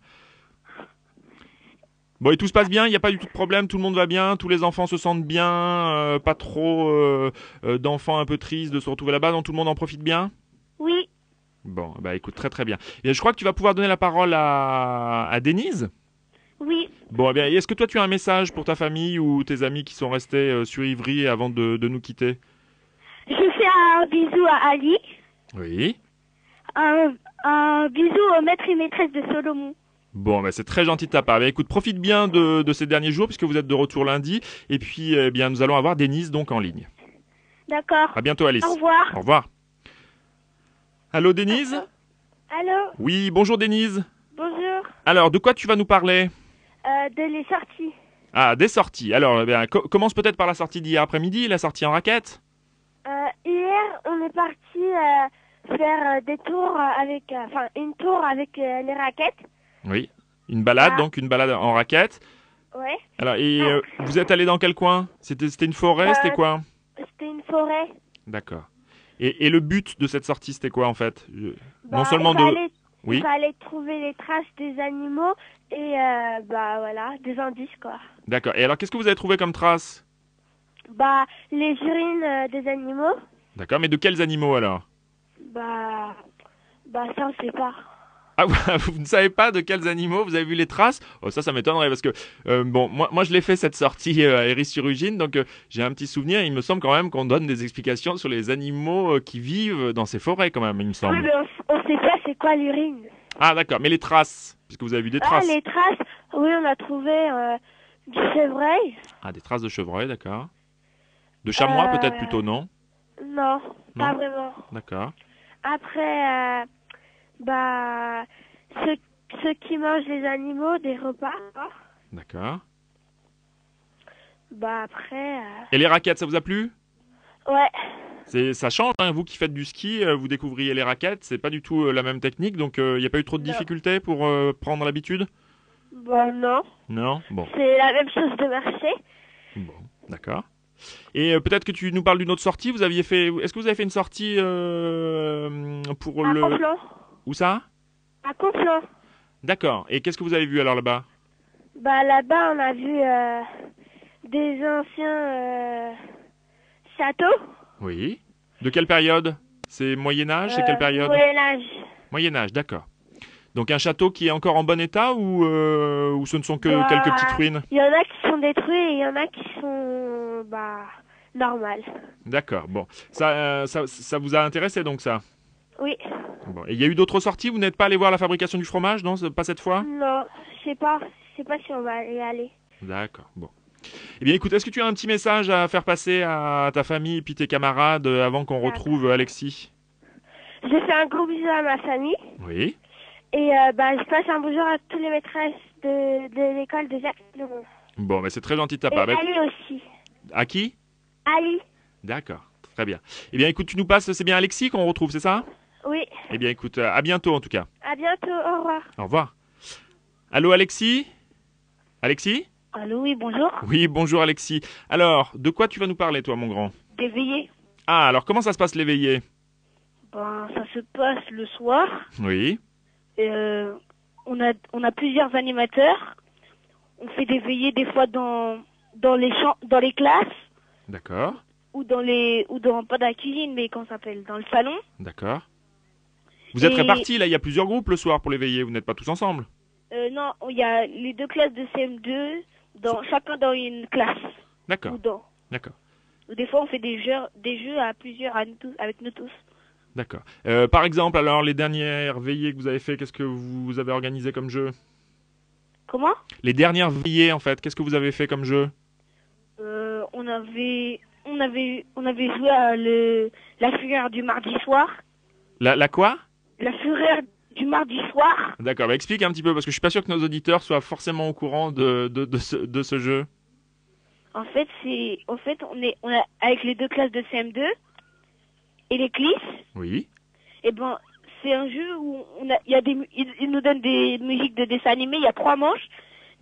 [SPEAKER 5] Bon, et tout se passe bien, il n'y a pas du tout de problème, tout le monde va bien, tous les enfants se sentent bien, euh, pas trop euh, euh, d'enfants un peu tristes de se retrouver là-bas, donc tout le monde en profite bien
[SPEAKER 13] Oui.
[SPEAKER 5] Bon, bah écoute, très très bien. Et je crois que tu vas pouvoir donner la parole à, à Denise.
[SPEAKER 13] Oui.
[SPEAKER 5] Bon, eh bien, est-ce que toi tu as un message pour ta famille ou tes amis qui sont restés euh, sur Ivry avant de, de nous quitter
[SPEAKER 13] Je fais un bisou à Ali.
[SPEAKER 5] Oui.
[SPEAKER 13] Un, un bisou au maître et maîtresse de Solomon.
[SPEAKER 5] Bon, bah, c'est très gentil de ta part. Bah, écoute, profite bien de, de ces derniers jours puisque vous êtes de retour lundi. Et puis, eh bien, nous allons avoir Denise donc en ligne.
[SPEAKER 13] D'accord.
[SPEAKER 5] À bientôt, Alice.
[SPEAKER 13] Au revoir.
[SPEAKER 5] Au revoir. Allô, Denise
[SPEAKER 13] Allô
[SPEAKER 5] Oui, bonjour, Denise.
[SPEAKER 13] Bonjour.
[SPEAKER 5] Alors, de quoi tu vas nous parler
[SPEAKER 13] Euh, de les sorties.
[SPEAKER 5] Ah, des sorties. Alors, eh bien, co- commence peut-être par la sortie d'hier après-midi, la sortie en raquette.
[SPEAKER 13] Euh, hier, on est parti euh, faire euh, des tours euh, avec, euh, enfin une tour avec euh, les raquettes.
[SPEAKER 5] Oui. Une balade,
[SPEAKER 13] Ah.
[SPEAKER 5] donc une balade en raquette.
[SPEAKER 13] Ouais.
[SPEAKER 5] Alors, et euh, vous êtes allé dans quel coin C'était c'était une forêt, c'était
[SPEAKER 13] Euh,
[SPEAKER 5] quoi
[SPEAKER 13] C'était une forêt.
[SPEAKER 5] D'accord. Et, et le but de cette sortie, c'était quoi en fait Je-
[SPEAKER 13] Bah,
[SPEAKER 5] Non seulement
[SPEAKER 13] il
[SPEAKER 5] de...
[SPEAKER 13] fallait,
[SPEAKER 5] Oui.
[SPEAKER 13] Il fallait trouver les traces des animaux et euh, bah voilà, des indices quoi.
[SPEAKER 5] D'accord. Et alors, qu'est-ce que vous avez trouvé comme traces
[SPEAKER 13] Bah les urines euh, des animaux,
[SPEAKER 5] D'accord, mais de quels animaux alors
[SPEAKER 13] bah bah ça on sait pas.
[SPEAKER 5] Ah, vous ne savez pas de quels animaux vous avez vu les traces oh, Ça, ça m'étonnerait parce que, euh, bon, moi, moi je l'ai fait cette sortie euh, à Eris sur Ugine, donc euh, j'ai un petit souvenir. Il me semble quand même qu'on donne des explications sur les animaux euh, qui vivent dans ces forêts, quand même, il me semble.
[SPEAKER 13] Oui, Ah, mais on, s- on sait pas c'est quoi l'urine.
[SPEAKER 5] Ah, d'accord, mais les traces, puisque vous avez vu des traces.
[SPEAKER 13] Ah les traces, oui on a trouvé euh, du chevreuil.
[SPEAKER 5] Ah, des traces de chevreuil, d'accord. De chamois,
[SPEAKER 13] Euh,
[SPEAKER 5] peut-être plutôt, non
[SPEAKER 13] Non, pas
[SPEAKER 5] Non.
[SPEAKER 13] vraiment.
[SPEAKER 5] D'accord.
[SPEAKER 13] Après euh, bah ceux, ceux qui mangent les animaux des repas. hein.
[SPEAKER 5] D'accord.
[SPEAKER 13] Bah après euh,
[SPEAKER 5] Et les raquettes, ça vous a plu
[SPEAKER 13] ouais.
[SPEAKER 5] C'est- Ça change, hein, vous qui faites du ski, euh, vous découvriez les raquettes, c'est pas du tout euh, la même technique, donc il n'y a pas eu trop de
[SPEAKER 13] Non.
[SPEAKER 5] difficultés pour euh, prendre l'habitude
[SPEAKER 13] Bah non.
[SPEAKER 5] Non Bon,
[SPEAKER 13] C'est la même chose de marché.
[SPEAKER 5] d'accord. Et euh, peut-être que tu nous parles d'une autre sortie, vous aviez fait... Est-ce que vous avez fait une sortie euh, pour
[SPEAKER 13] À
[SPEAKER 5] le...
[SPEAKER 13] Conflans.
[SPEAKER 5] Où ça
[SPEAKER 13] À Conflans.
[SPEAKER 5] D'accord. Et qu'est-ce que vous avez vu alors là-bas
[SPEAKER 13] Bah là-bas, on a vu euh, des anciens euh, châteaux.
[SPEAKER 5] Oui. De quelle période C'est Moyen-Âge Ah,
[SPEAKER 13] Euh,
[SPEAKER 5] C'est quelle période
[SPEAKER 13] Moyen-Âge.
[SPEAKER 5] Moyen-Âge, d'accord. Donc un château qui est encore en bon état ou, euh, ou ce ne sont que
[SPEAKER 13] Bah,
[SPEAKER 5] quelques petites ruines
[SPEAKER 13] Il y en a qui sont détruits et il y en a qui sont, bah, normales.
[SPEAKER 5] D'accord, bon. Ça, euh, ça, ça vous a intéressé donc ça
[SPEAKER 13] Oui.
[SPEAKER 5] Bon. Et il y a eu d'autres sorties Vous n'êtes pas allé voir la fabrication du fromage Non, c'est pas cette fois
[SPEAKER 13] Non, je sais pas. Je sais pas si on va y aller.
[SPEAKER 5] D'accord, bon. Eh bien écoute, est-ce que tu as un petit message à faire passer à ta famille et puis tes camarades euh, avant qu'on retrouve Alexis
[SPEAKER 13] Je fais un gros bisou à ma famille
[SPEAKER 5] Oui.
[SPEAKER 13] et euh, bah, je passe un bonjour à tous les maîtresses de, de l'école de Jacques Leron.
[SPEAKER 5] Bon, bah, c'est très gentil de ta
[SPEAKER 13] Et
[SPEAKER 5] part. Bah,
[SPEAKER 13] Ali aussi.
[SPEAKER 5] à qui
[SPEAKER 13] Ali,
[SPEAKER 5] D'accord, très bien. Eh bien écoute, tu nous passes, c'est bien Alexis qu'on retrouve, c'est ça
[SPEAKER 13] oui.
[SPEAKER 5] Eh bien écoute, euh, à bientôt en tout cas.
[SPEAKER 13] À bientôt. Au revoir.
[SPEAKER 5] Au revoir. Allô Alexis Alexis
[SPEAKER 12] Allô, oui, bonjour.
[SPEAKER 5] Oui, bonjour Alexis. Alors, de quoi tu vas nous parler toi mon grand
[SPEAKER 12] D'éveillé.
[SPEAKER 5] Ah, alors comment ça se passe l'éveillé
[SPEAKER 12] Ben, ça se passe le soir.
[SPEAKER 5] Oui.
[SPEAKER 12] Euh, on, a, on a plusieurs animateurs. On fait des veillées des fois dans, dans, les, champs, dans les classes
[SPEAKER 5] D'accord,
[SPEAKER 12] ou dans les ou dans pas dans la cuisine mais qu'on s'appelle dans le salon.
[SPEAKER 5] d'accord. Vous êtes
[SPEAKER 12] Et-
[SPEAKER 5] répartis, là, il y a plusieurs groupes le soir pour l'éveillé, vous n'êtes pas tous ensemble.
[SPEAKER 12] Euh, non, il y a les deux classes de CM2 dans chacun dans une classe
[SPEAKER 5] D'accord,
[SPEAKER 12] ou dans.
[SPEAKER 5] d'accord,
[SPEAKER 12] ou Des fois on fait des jeux des jeux à plusieurs à nous tous- avec nous tous.
[SPEAKER 5] d'accord. Euh, par exemple, alors, les dernières veillées que vous avez fait, qu'est-ce que vous avez organisé comme jeu
[SPEAKER 12] Comment
[SPEAKER 5] Les dernières veillées, en fait, qu'est-ce que vous avez fait comme jeu
[SPEAKER 12] Euh, on avait on avait on avait joué à le la fureur du mardi soir.
[SPEAKER 5] La, la quoi
[SPEAKER 12] La fureur du mardi soir.
[SPEAKER 5] D'accord, bah, explique un petit peu, parce que je suis pas sûr que nos auditeurs soient forcément au courant de, de, de ce, de ce jeu.
[SPEAKER 12] En fait, c'est, en fait, on est, on a, avec les deux classes de CM2 et les CLIS,
[SPEAKER 5] Oui.
[SPEAKER 12] et ben, c'est un jeu où on a, il y a des, mu- ils, ils nous donnent des musiques de dessins animés. Il y a trois manches,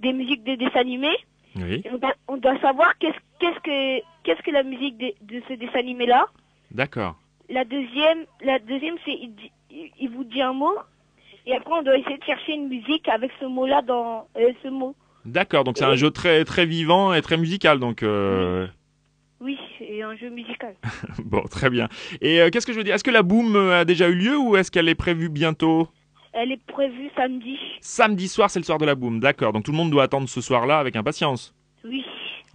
[SPEAKER 12] des musiques de dessins animés.
[SPEAKER 5] Oui.
[SPEAKER 12] Et On doit, on doit savoir qu'est-ce, qu'est-ce que, qu'est-ce que la musique de, de ce dessin animé là.
[SPEAKER 5] D'accord.
[SPEAKER 12] La deuxième, la deuxième, c'est il, dit- il- il vous dit un mot et après on doit essayer de chercher une musique avec ce mot-là dans euh, ce mot.
[SPEAKER 5] D'accord, donc c'est un jeu très, très vivant et très musical, donc... euh,
[SPEAKER 12] Oui, c'est un jeu musical.
[SPEAKER 5] Bon, très bien. Et euh, qu'est-ce que je veux dire Est-ce que la boom euh, a déjà eu lieu ou est-ce qu'elle est prévue bientôt
[SPEAKER 12] Elle est prévue samedi.
[SPEAKER 5] Samedi soir, c'est le soir de la boom, d'accord. Donc tout le monde doit attendre ce soir-là avec impatience.
[SPEAKER 12] Oui.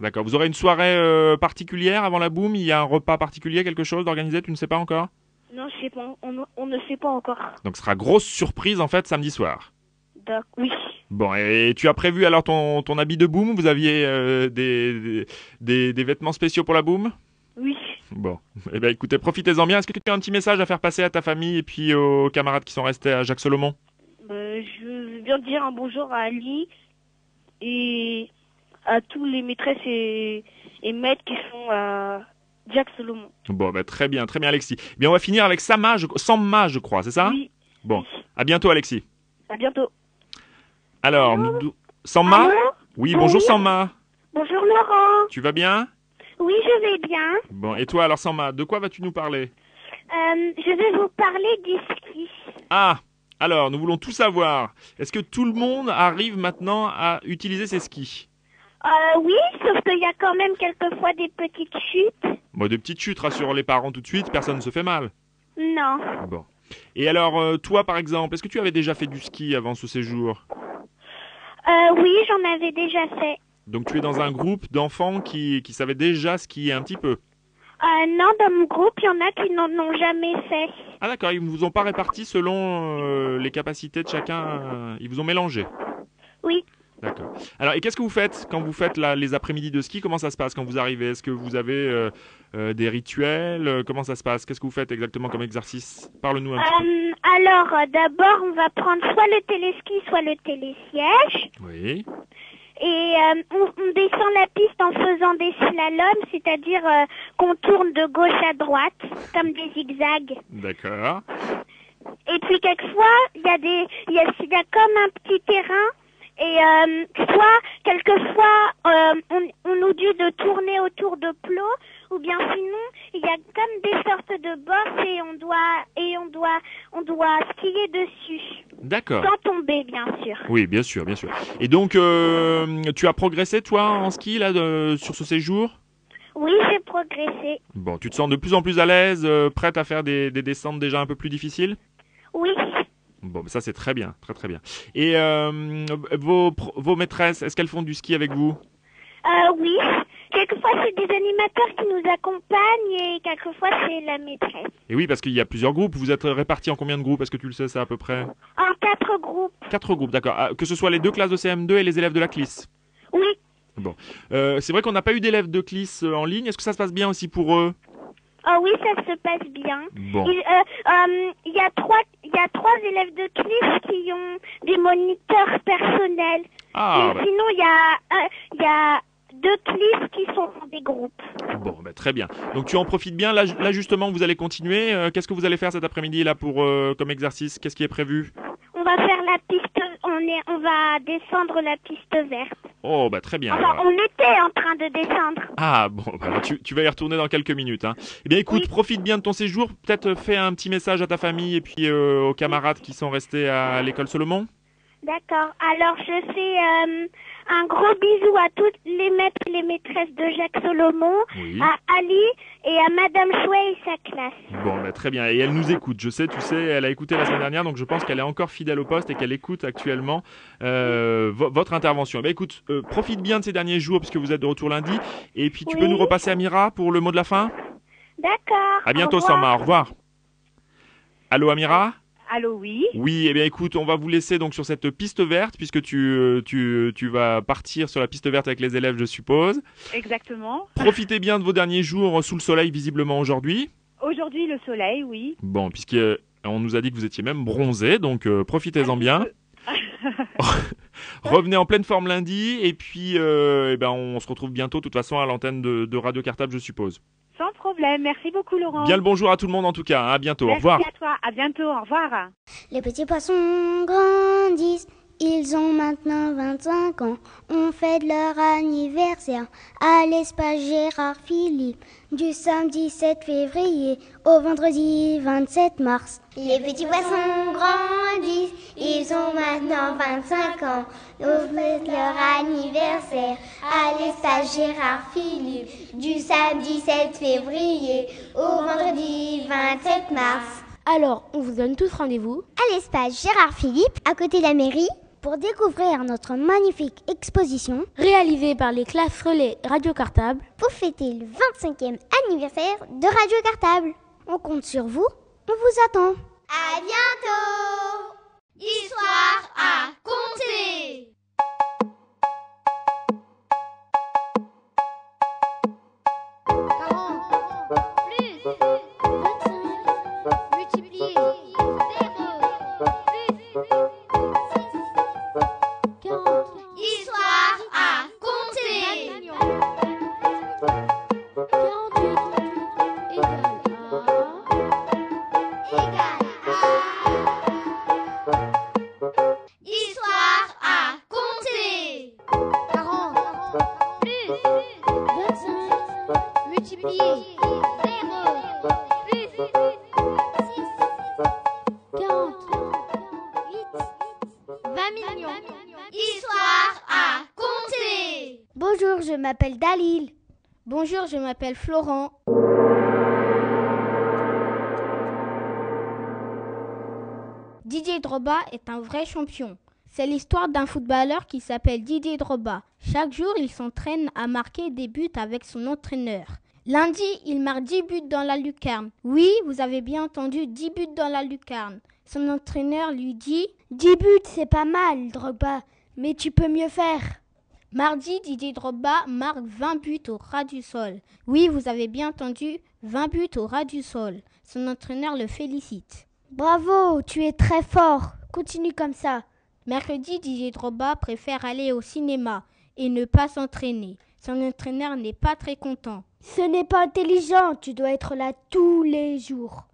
[SPEAKER 5] D'accord. Vous aurez une soirée euh, particulière avant la boom Il y a un repas particulier, quelque chose d'organisé Tu ne sais pas encore
[SPEAKER 12] Non, je sais pas. On, on ne sait pas encore.
[SPEAKER 5] Donc ce sera grosse surprise en fait samedi soir.
[SPEAKER 12] D'accord. Oui.
[SPEAKER 5] Bon, et tu as prévu alors ton, ton habit de boom Vous aviez euh, des, des- des, des vêtements spéciaux pour la boom
[SPEAKER 12] Oui.
[SPEAKER 5] Bon, eh bien écoutez, profitez-en bien. Est-ce que tu as un petit message à faire passer à ta famille et puis aux camarades qui sont restés à Jacques Solomon
[SPEAKER 12] Euh, je veux bien dire un bonjour à Ali et à tous les maîtresses et, et maîtres qui sont à Jack Solomon.
[SPEAKER 5] Bon, bah, très bien, très bien, Alexis. Eh bien, on va finir avec Sama, je... Samma, je crois, c'est ça
[SPEAKER 12] Oui.
[SPEAKER 5] Bon, à bientôt, Alexis.
[SPEAKER 12] À bientôt.
[SPEAKER 5] Alors, nous... dou- Samma
[SPEAKER 14] Allô
[SPEAKER 5] Oui, bonjour,
[SPEAKER 14] Oui.
[SPEAKER 5] Samma.
[SPEAKER 14] Bonjour Laurent.
[SPEAKER 5] Tu vas bien
[SPEAKER 14] Oui, je vais bien.
[SPEAKER 5] Bon, et toi, alors, Samma, de quoi vas-tu nous parler
[SPEAKER 14] Euh, je vais vous parler du ski.
[SPEAKER 5] Ah, alors, nous voulons tout savoir. Est-ce que tout le monde arrive maintenant à utiliser ses skis
[SPEAKER 14] Euh, oui, sauf qu'il y a quand même quelquefois des petites chutes.
[SPEAKER 5] Bon, de petites chutes, rassure les parents tout de suite, personne ne se fait mal.
[SPEAKER 14] Non.
[SPEAKER 5] Bon. Et alors, euh, toi, par exemple, est-ce que tu avais déjà fait du ski avant ce séjour
[SPEAKER 14] Euh, oui, j'en avais déjà fait.
[SPEAKER 5] Donc, tu es dans un groupe d'enfants qui, qui savaient déjà skier un petit peu
[SPEAKER 14] Euh, non, dans mon groupe, il y en a qui n'en ont jamais fait.
[SPEAKER 5] Ah d'accord, ils ne vous ont pas réparti selon euh, les capacités de chacun, euh, ils vous ont mélangé.
[SPEAKER 14] Oui.
[SPEAKER 5] D'accord. Alors, et qu'est-ce que vous faites quand vous faites là, les après-midi de ski Comment ça se passe quand vous arrivez Est-ce que vous avez euh, euh, des rituels Euh, Comment ça se passe Qu'est-ce que vous faites exactement comme exercice Parle-nous un petit peu.
[SPEAKER 14] Euh, alors, euh, d'abord, on va prendre soit le téléski, soit le télésiège.
[SPEAKER 5] Oui.
[SPEAKER 14] Et euh, on, on descend la piste en faisant des slaloms, c'est-à-dire euh, qu'on tourne de gauche à droite, comme des zigzags.
[SPEAKER 5] D'accord.
[SPEAKER 14] Et puis quelquefois, il y a des, il y a, il y a comme un petit terrain. Et euh, soit quelquefois, euh, on, on nous dit de tourner autour de plots, ou bien sinon, il y a comme des sortes de bosses et on doit, et on doit, on doit skier dessus,
[SPEAKER 5] D'accord.
[SPEAKER 14] sans tomber, bien sûr.
[SPEAKER 5] Oui, bien sûr, bien sûr. Et donc, euh, tu as progressé, toi, en ski, là, de- sur ce séjour
[SPEAKER 14] Oui, j'ai progressé.
[SPEAKER 5] Bon, tu te sens de plus en plus à l'aise, euh, prête à faire des, des descentes déjà un peu plus difficiles
[SPEAKER 14] Oui.
[SPEAKER 5] Bon, bah, ça c'est très bien, très très bien. Et euh, vos, pro- vos maîtresses, est-ce qu'elles font du ski avec vous
[SPEAKER 14] Euh, oui. Quelquefois, c'est des animateurs qui nous accompagnent et quelquefois, c'est la maîtresse.
[SPEAKER 5] Et oui, parce qu'il y a plusieurs groupes. Vous êtes répartis en combien de groupes Est-ce que tu le sais ça à peu près
[SPEAKER 14] En quatre groupes.
[SPEAKER 5] Quatre groupes, d'accord. Ah, que ce soit les deux classes de CM2 et les élèves de la CLIS.
[SPEAKER 14] Oui.
[SPEAKER 5] Bon, Euh, c'est vrai qu'on n'a pas eu d'élèves de CLIS euh, en ligne. Est-ce que ça se passe bien aussi pour eux
[SPEAKER 14] Oh oui, ça se passe bien.
[SPEAKER 5] Bon.
[SPEAKER 14] Il euh, euh, il y a trois, il y a trois élèves de CLIS qui ont des moniteurs personnels.
[SPEAKER 5] Ah,
[SPEAKER 14] Mais
[SPEAKER 5] bah.
[SPEAKER 14] sinon, il y a, euh, il y a deux CLIS qui sont dans des groupes.
[SPEAKER 5] Bon, bah, très bien. Donc tu en profites bien. Là, ju- là, justement, vous allez continuer. Euh, Qu'est-ce que vous allez faire cet après-midi là pour euh, comme exercice Qu'est-ce qui est prévu
[SPEAKER 14] On va faire la piste, on est, on va descendre la piste verte.
[SPEAKER 5] Oh, bah très bien.
[SPEAKER 14] Enfin,
[SPEAKER 5] alors.
[SPEAKER 14] Ah, on était en train de descendre.
[SPEAKER 5] Ah bon, bah, tu, tu vas y retourner dans quelques minutes. Hein. Eh bien écoute, profite bien de ton séjour, peut-être euh, fais un petit message à ta famille et puis euh, aux camarades qui sont restés à l'école Solomon.
[SPEAKER 14] D'accord. Alors, je fais euh, un gros bisou à toutes les maîtres et les maîtresses de Jacques Solomon,
[SPEAKER 5] Oui.
[SPEAKER 14] à Ali et à Madame Chouet et sa classe.
[SPEAKER 5] Bon, bah, très bien. Et elle nous écoute, je sais, tu sais, elle a écouté la semaine dernière, donc je pense qu'elle est encore fidèle au poste et qu'elle écoute actuellement euh, vo- votre intervention. Eh bien écoute, euh, profite bien de ces derniers jours puisque vous êtes de retour lundi. Et puis tu peux
[SPEAKER 14] Oui.
[SPEAKER 5] nous repasser à Mira pour le mot de la fin
[SPEAKER 14] D'accord.
[SPEAKER 5] À bientôt,
[SPEAKER 14] Au revoir.
[SPEAKER 5] Sama, au revoir. Allô, Amira
[SPEAKER 11] Allô, oui.
[SPEAKER 5] Oui, eh bien écoute, on va vous laisser donc sur cette piste verte, puisque tu, euh, tu, tu vas partir sur la piste verte avec les élèves, je suppose.
[SPEAKER 11] Exactement.
[SPEAKER 5] Profitez bien de vos derniers jours sous le soleil, visiblement aujourd'hui.
[SPEAKER 11] Aujourd'hui, le soleil, oui.
[SPEAKER 5] Bon, puisque euh, On nous a dit que vous étiez même bronzé, donc euh, profitez-en bien. Revenez en pleine forme lundi, et puis euh, eh ben, on se retrouve bientôt, de toute façon, à l'antenne de, de Radio Cartable, je suppose.
[SPEAKER 11] Sans problème. Merci beaucoup, Laurent.
[SPEAKER 5] Bien le bonjour à tout le monde, en tout cas. hein. À bientôt.
[SPEAKER 11] Merci
[SPEAKER 5] Au revoir.
[SPEAKER 11] à toi. À bientôt. Au revoir.
[SPEAKER 3] Les petits poissons grandissent, ils ont maintenant 25 ans. On fête leur anniversaire à l'espace Gérard Philippe du samedi 7 février au vendredi 27 mars.
[SPEAKER 15] Les petits poissons grandissent, ils ont maintenant 25 ans. On fête leur anniversaire à l'espace Gérard Philippe du samedi 7 février au vendredi 27 mars.
[SPEAKER 3] Alors, on vous donne tous rendez-vous à l'espace Gérard Philippe, à côté de la mairie, pour découvrir notre magnifique exposition réalisée par les classes relais Radio Cartable pour fêter le 25e anniversaire de Radio Cartable. On compte sur vous, on vous attend.
[SPEAKER 2] À bientôt. Histoire à compter.
[SPEAKER 16] Multiplier.
[SPEAKER 2] Histoire à compter. 48 égale à. Histoire à compter. 40 plus 25 multiplié 0 plus
[SPEAKER 16] 20 millions.
[SPEAKER 2] Histoire à compter.
[SPEAKER 3] Bonjour, je m'appelle Dalil. Bonjour, je m'appelle Florent.
[SPEAKER 17] Didier Droba est un vrai champion. C'est l'histoire d'un footballeur qui s'appelle Didier Droba. Chaque jour, il s'entraîne à marquer des buts avec son entraîneur. Lundi, il marque 10 buts dans la lucarne. Oui, vous avez bien entendu, 10 buts dans la lucarne. Son entraîneur lui dit 10 buts, c'est pas mal, Drogba, mais tu peux mieux faire. Mardi, Didier Drogba marque 20 buts au ras du sol. Oui, vous avez bien entendu, 20 buts au ras du sol. Son entraîneur le félicite. Bravo, tu es très fort. Continue comme ça. Mercredi, Didier Drogba préfère aller au cinéma et ne pas s'entraîner. Son entraîneur n'est pas très content. Ce n'est pas intelligent, tu dois être là tous les jours.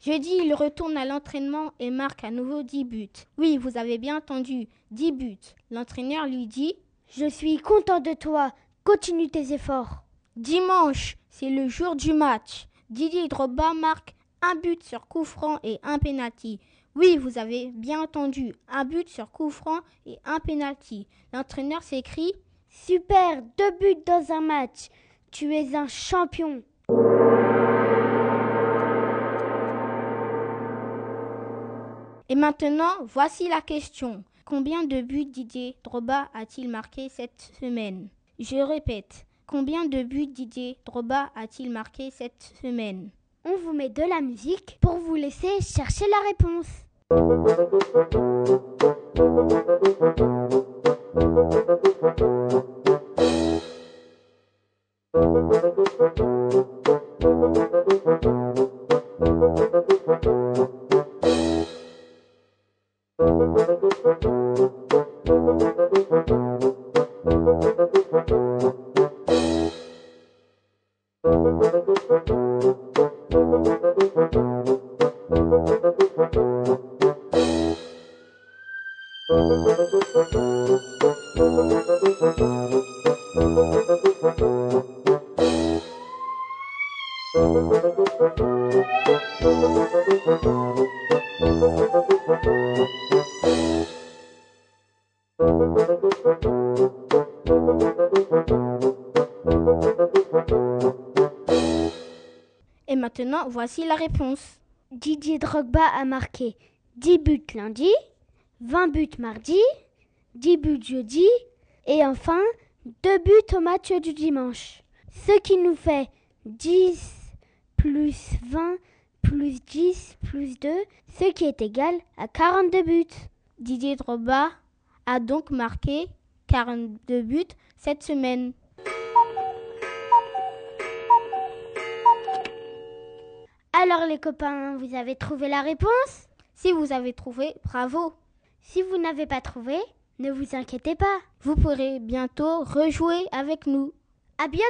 [SPEAKER 17] Jeudi, il retourne à l'entraînement et marque à nouveau 10 buts. Oui, vous avez bien entendu, 10 buts. L'entraîneur lui dit Je suis content de toi, continue tes efforts. Dimanche, c'est le jour du match. Didier Drogba marque un but sur coup franc et un penalty. Oui, vous avez bien entendu, un but sur coup franc et un penalty. L'entraîneur s'écrie Super, deux buts dans un match. Tu es un champion. Et maintenant, voici la question. Combien de buts Didier Droba a-t-il marqué cette semaine Je répète, combien de buts Didier Droba a-t-il marqué cette semaine
[SPEAKER 3] On vous met de la musique pour vous laisser chercher la réponse.
[SPEAKER 17] Et maintenant, voici la réponse.
[SPEAKER 3] Didier Drogba a marqué 10 buts lundi, 20 buts mardi, 10 buts jeudi et enfin 2 buts au match du dimanche. Ce qui nous fait 10 plus 20 plus 10 plus 2, ce qui est égal à 42 buts.
[SPEAKER 17] Didier Droba a donc marqué 42 buts cette semaine.
[SPEAKER 1] Alors les copains, vous avez trouvé la réponse
[SPEAKER 18] Si vous avez trouvé, bravo.
[SPEAKER 1] Si vous n'avez pas trouvé, ne vous inquiétez pas.
[SPEAKER 18] Vous pourrez bientôt rejouer avec nous.
[SPEAKER 1] À bientôt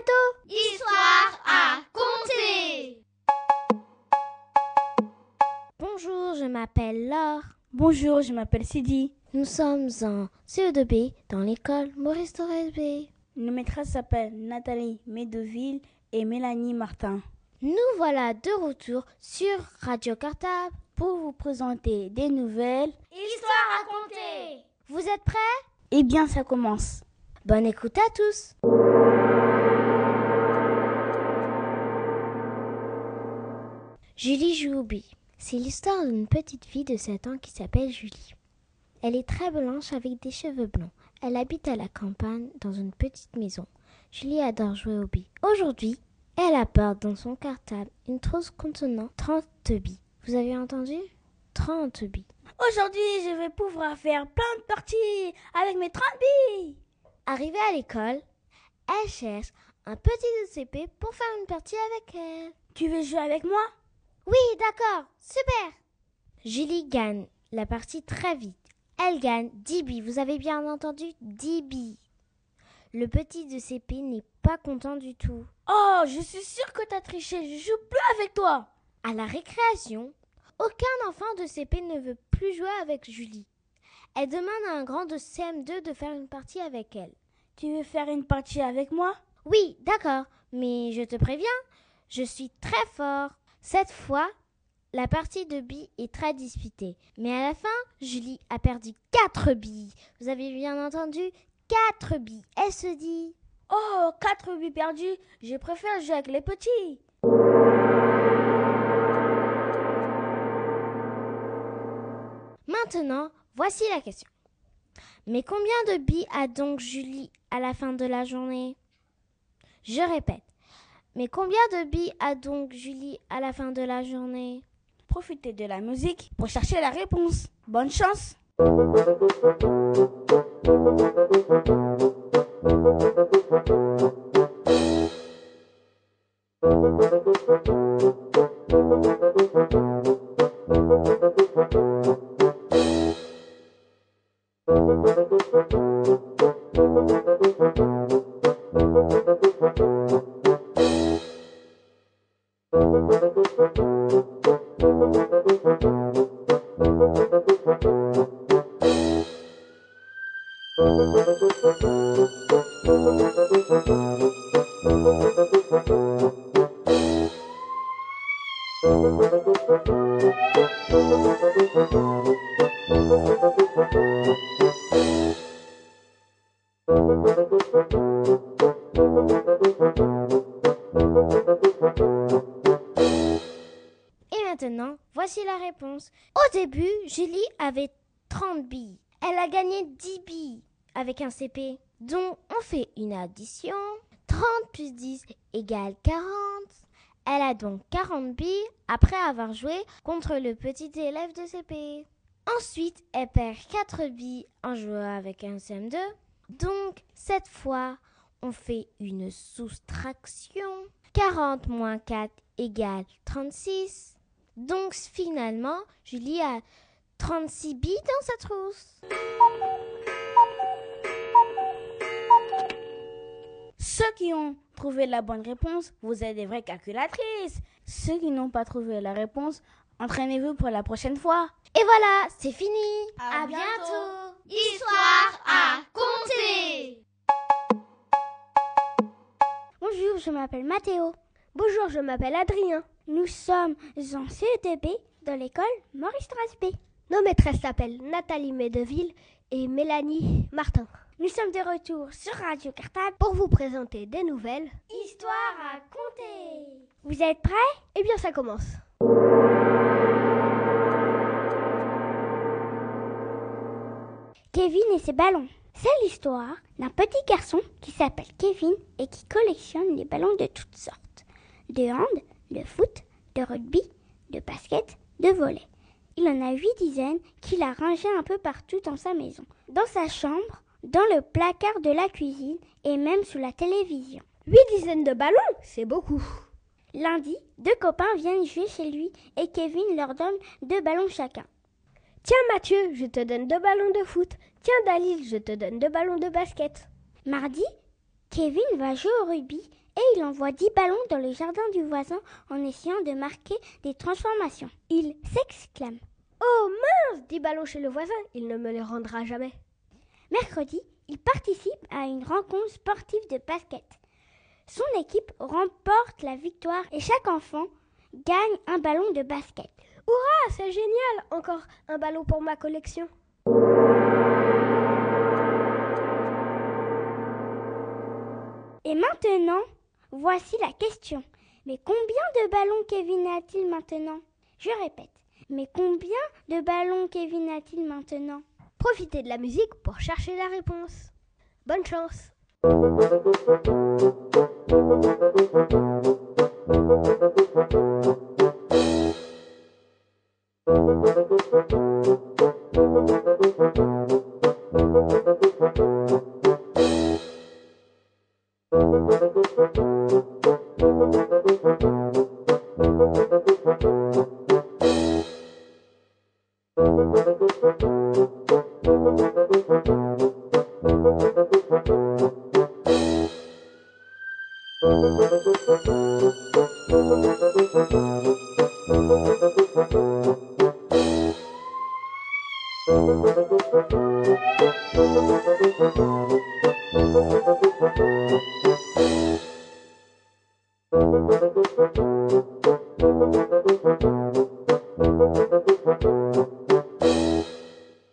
[SPEAKER 2] Histoire à compter
[SPEAKER 3] Bonjour, je m'appelle Laure.
[SPEAKER 19] Bonjour, je m'appelle Sidi.
[SPEAKER 3] Nous sommes en CE2B dans l'école Maurice Torres B.
[SPEAKER 19] Nos maîtresses s'appellent Nathalie Médeville et Mélanie Martin.
[SPEAKER 3] Nous voilà de retour sur Radio Cartable
[SPEAKER 19] pour vous présenter des nouvelles
[SPEAKER 2] Histoire à compter.
[SPEAKER 3] Vous êtes prêts
[SPEAKER 19] Eh bien, ça commence.
[SPEAKER 3] Bonne écoute à tous. Julie Joubi. C'est l'histoire d'une petite fille de 7 ans qui s'appelle Julie. Elle est très blanche avec des cheveux blonds. Elle habite à la campagne dans une petite maison. Julie adore jouer aux billes. Aujourd'hui, elle apporte dans son cartable une trousse contenant 30 billes. Vous avez entendu 30 billes.
[SPEAKER 19] Aujourd'hui, je vais pouvoir faire plein de parties avec mes 30 billes.
[SPEAKER 3] Arrivée à l'école, elle cherche un petit DCP pour faire une partie avec elle.
[SPEAKER 19] Tu veux jouer avec moi
[SPEAKER 3] Oui, d'accord. Super. Julie gagne la partie très vite. Elle gagne 10 billes. Vous avez bien entendu 10 billes. Le petit DCP n'est pas content du tout.
[SPEAKER 19] Oh, je suis sûre que t'as triché. Je joue plus avec toi.
[SPEAKER 3] À la récréation, aucun enfant de CP ne veut plus jouer avec Julie. Elle demande à un grand de CM2 de faire une partie avec elle.
[SPEAKER 19] Tu veux faire une partie avec moi
[SPEAKER 3] Oui, d'accord, mais je te préviens, je suis très fort. Cette fois, la partie de billes est très disputée. Mais à la fin, Julie a perdu 4 billes. Vous avez bien entendu 4 billes. Elle se dit
[SPEAKER 19] Oh, 4 billes perdues, je préfère jouer avec les petits.
[SPEAKER 3] Maintenant, voici la question. Mais combien de billes a donc Julie à la fin de la journée Je répète. Mais combien de billes a donc Julie à la fin de la journée
[SPEAKER 19] Profitez de la musique pour chercher la réponse. Bonne chance
[SPEAKER 3] voici la réponse. Au début, Julie avait 30 billes. Elle a gagné 10 billes avec un CP. Donc, on fait une addition. 30 plus 10 égale 40. Elle a donc 40 billes après avoir joué contre le petit élève de CP. Ensuite, elle perd 4 billes en jouant avec un CM2. Donc, cette fois, on fait une soustraction. 40 moins 4 égale 36. Donc finalement, Julie a 36 billes dans sa trousse.
[SPEAKER 19] Ceux qui ont trouvé la bonne réponse, vous êtes des vraies calculatrices. Ceux qui n'ont pas trouvé la réponse, entraînez-vous pour la prochaine fois.
[SPEAKER 3] Et voilà, c'est fini.
[SPEAKER 2] À, à bientôt. bientôt. Histoire à compter.
[SPEAKER 1] Bonjour, je m'appelle Mathéo.
[SPEAKER 20] Bonjour, je m'appelle Adrien.
[SPEAKER 1] Nous sommes en CETB dans l'école Maurice Trasby.
[SPEAKER 20] Nos maîtresses s'appellent Nathalie Médeville et Mélanie Martin.
[SPEAKER 1] Nous sommes de retour sur Radio Cartable
[SPEAKER 20] pour vous présenter des nouvelles
[SPEAKER 2] Histoire à compter.
[SPEAKER 1] Vous êtes prêts
[SPEAKER 20] Eh bien, ça commence.
[SPEAKER 1] Kevin et ses ballons. C'est l'histoire d'un petit garçon qui s'appelle Kevin et qui collectionne les ballons de toutes sortes. De hand, de foot, de rugby, de basket, de volley. Il en a huit dizaines qu'il a rangées un peu partout dans sa maison, dans sa chambre, dans le placard de la cuisine et même sous la télévision.
[SPEAKER 20] Huit dizaines de ballons, c'est beaucoup.
[SPEAKER 21] Lundi, deux copains viennent jouer chez lui et Kevin leur donne deux ballons chacun.
[SPEAKER 17] Tiens Mathieu, je te donne deux ballons de foot. Tiens Dalil, je te donne deux ballons de basket.
[SPEAKER 21] Mardi, Kevin va jouer au rugby et il envoie 10 ballons dans le jardin du voisin en essayant de marquer des transformations. Il s'exclame.
[SPEAKER 17] Oh mince, 10 ballons chez le voisin, il ne me les rendra jamais.
[SPEAKER 21] Mercredi, il participe à une rencontre sportive de basket. Son équipe remporte la victoire et chaque enfant gagne un ballon de basket.
[SPEAKER 17] Hurrah, c'est génial, encore un ballon pour ma collection.
[SPEAKER 21] Et maintenant, voici la question. Mais combien de ballons Kevin a-t-il maintenant Je répète. Mais combien de ballons Kevin a-t-il maintenant
[SPEAKER 17] Profitez de la musique pour chercher la réponse. Bonne chance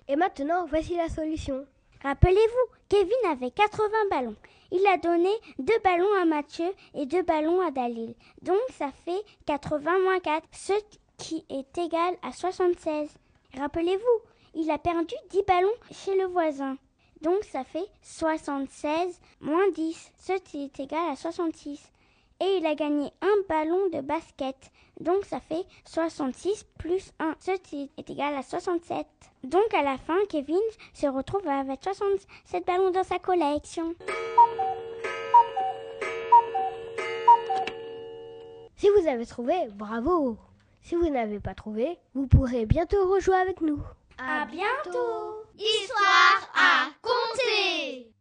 [SPEAKER 17] Et maintenant, voici la solution.
[SPEAKER 21] Rappelez-vous, Kevin avait 80 ballons. Il a donné 2 ballons à Mathieu et 2 ballons à Dalil. Donc ça fait 80 moins 4, ce qui est égal à 76. Rappelez-vous, il a perdu 10 ballons chez le voisin. Donc ça fait 76 moins 10, ce qui est égal à 66. Et il a gagné un ballon de basket. Donc ça fait 66 plus 1, ce qui est égal à 67. Donc à la fin, Kevin se retrouve avec 67 ballons dans sa collection.
[SPEAKER 17] Si vous avez trouvé, bravo Si vous n'avez pas trouvé, vous pourrez bientôt rejouer avec nous.
[SPEAKER 2] À bientôt Histoire à compter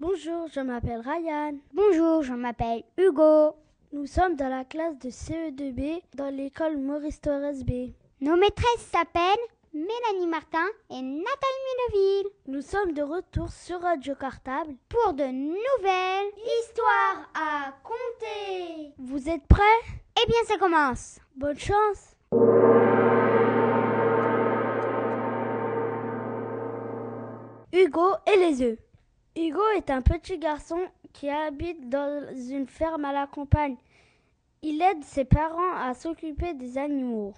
[SPEAKER 3] Bonjour, je m'appelle Ryan.
[SPEAKER 22] Bonjour, je m'appelle Hugo.
[SPEAKER 3] Nous sommes dans la classe de CE2B dans l'école Maurice Torres B.
[SPEAKER 22] Nos maîtresses s'appellent Mélanie Martin et Nathalie Minoville.
[SPEAKER 3] Nous sommes de retour sur Radio Cartable
[SPEAKER 22] pour de nouvelles
[SPEAKER 2] histoires à compter.
[SPEAKER 3] Vous êtes prêts
[SPEAKER 22] Eh bien, ça commence.
[SPEAKER 3] Bonne chance. Hugo et les œufs. Hugo est un petit garçon qui habite dans une ferme à la campagne. Il aide ses parents à s'occuper des animaux.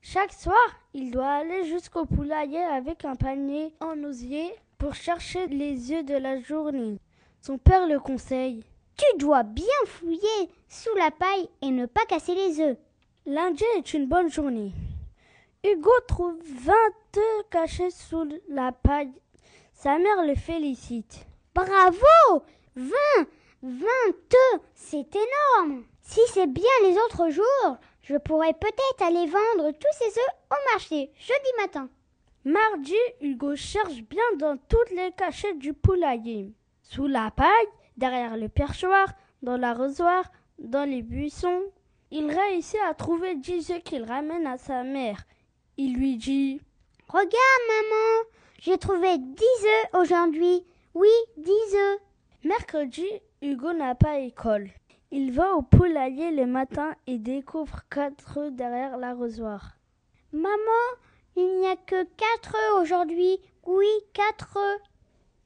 [SPEAKER 3] Chaque soir, il doit aller jusqu'au poulailler avec un panier en osier pour chercher les œufs de la journée. Son père le conseille.
[SPEAKER 22] Tu dois bien fouiller sous la paille et ne pas casser les œufs.
[SPEAKER 3] Lundi est une bonne journée. Hugo trouve 20 œufs cachés sous la paille. Sa mère le félicite.
[SPEAKER 22] Bravo 20 20 œufs C'est énorme Si c'est bien les autres jours, je pourrais peut-être aller vendre tous ces œufs au marché jeudi matin.
[SPEAKER 3] Mardi, Hugo cherche bien dans toutes les cachettes du poulailler. Sous la paille, derrière le perchoir, dans l'arrosoir, dans les buissons. Il réussit à trouver dix œufs qu'il ramène à sa mère. Il lui dit
[SPEAKER 22] Regarde, maman, j'ai trouvé dix œufs aujourd'hui. Oui, dix œufs.
[SPEAKER 3] Mercredi, Hugo n'a pas école. Il va au poulailler le matin et découvre quatre œufs derrière l'arrosoir.
[SPEAKER 22] Maman, il n'y a que quatre œufs aujourd'hui. Oui, quatre œufs.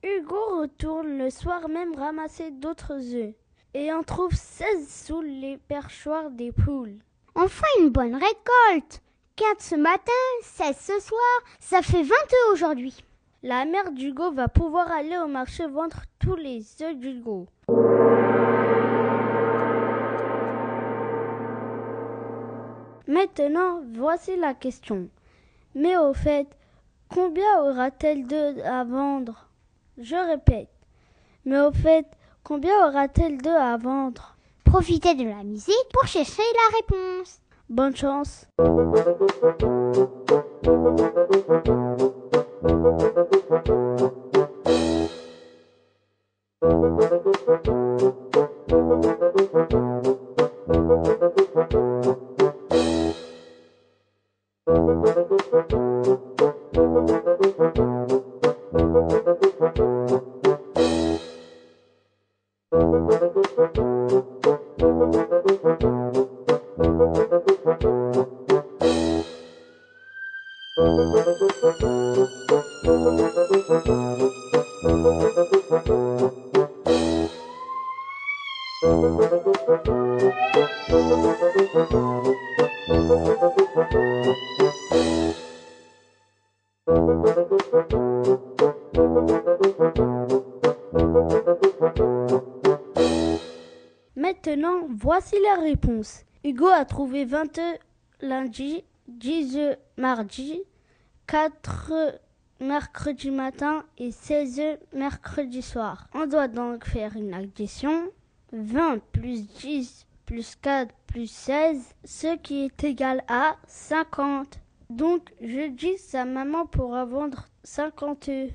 [SPEAKER 3] Hugo retourne le soir même ramasser d'autres œufs et en trouve seize sous les perchoirs des poules.
[SPEAKER 22] Enfin une bonne récolte. Quatre ce matin, seize ce soir, ça fait vingt œufs aujourd'hui.
[SPEAKER 3] La mère d'Hugo va pouvoir aller au marché vendre tous les œufs d'Hugo. Maintenant, voici la question. Mais au fait, combien aura-t-elle d'œufs à vendre Je répète. Mais au fait,
[SPEAKER 17] Combien aura-t-elle d'œufs à vendre
[SPEAKER 3] Profitez de la musique pour chercher la réponse.
[SPEAKER 17] Bonne chance. Maintenant, voici la réponse. Hugo a trouvé 20 œufs lundi, 10 œufs mardi, 4 œufs mercredi matin et 16 œufs mercredi soir. On doit donc faire une addition. 20 plus 10 plus 4 plus 16, ce qui est égal à 50. Donc jeudi, sa maman pourra vendre 50 œufs.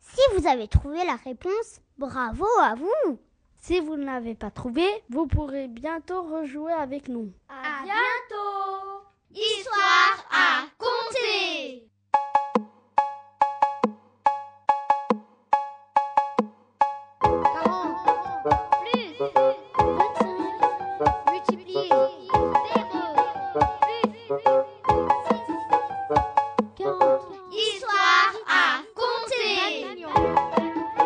[SPEAKER 3] Si vous avez trouvé la réponse, bravo à vous.
[SPEAKER 17] Si vous ne l'avez pas trouvé, vous pourrez bientôt rejouer avec nous.
[SPEAKER 2] À bientôt. Histoire à compter. Histoire à compter.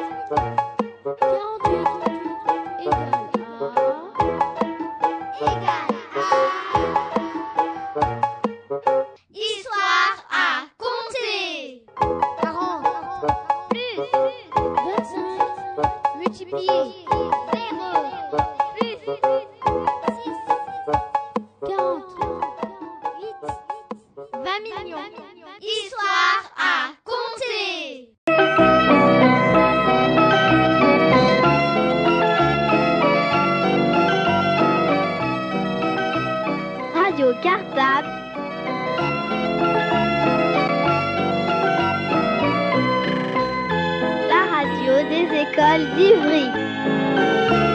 [SPEAKER 2] Histoire à compter. 40 plus 25 multiplié 0 plus 6 40 8 20 millions. Histoire à compter.
[SPEAKER 3] Radio Cartable. La radio des écoles d'Ivry.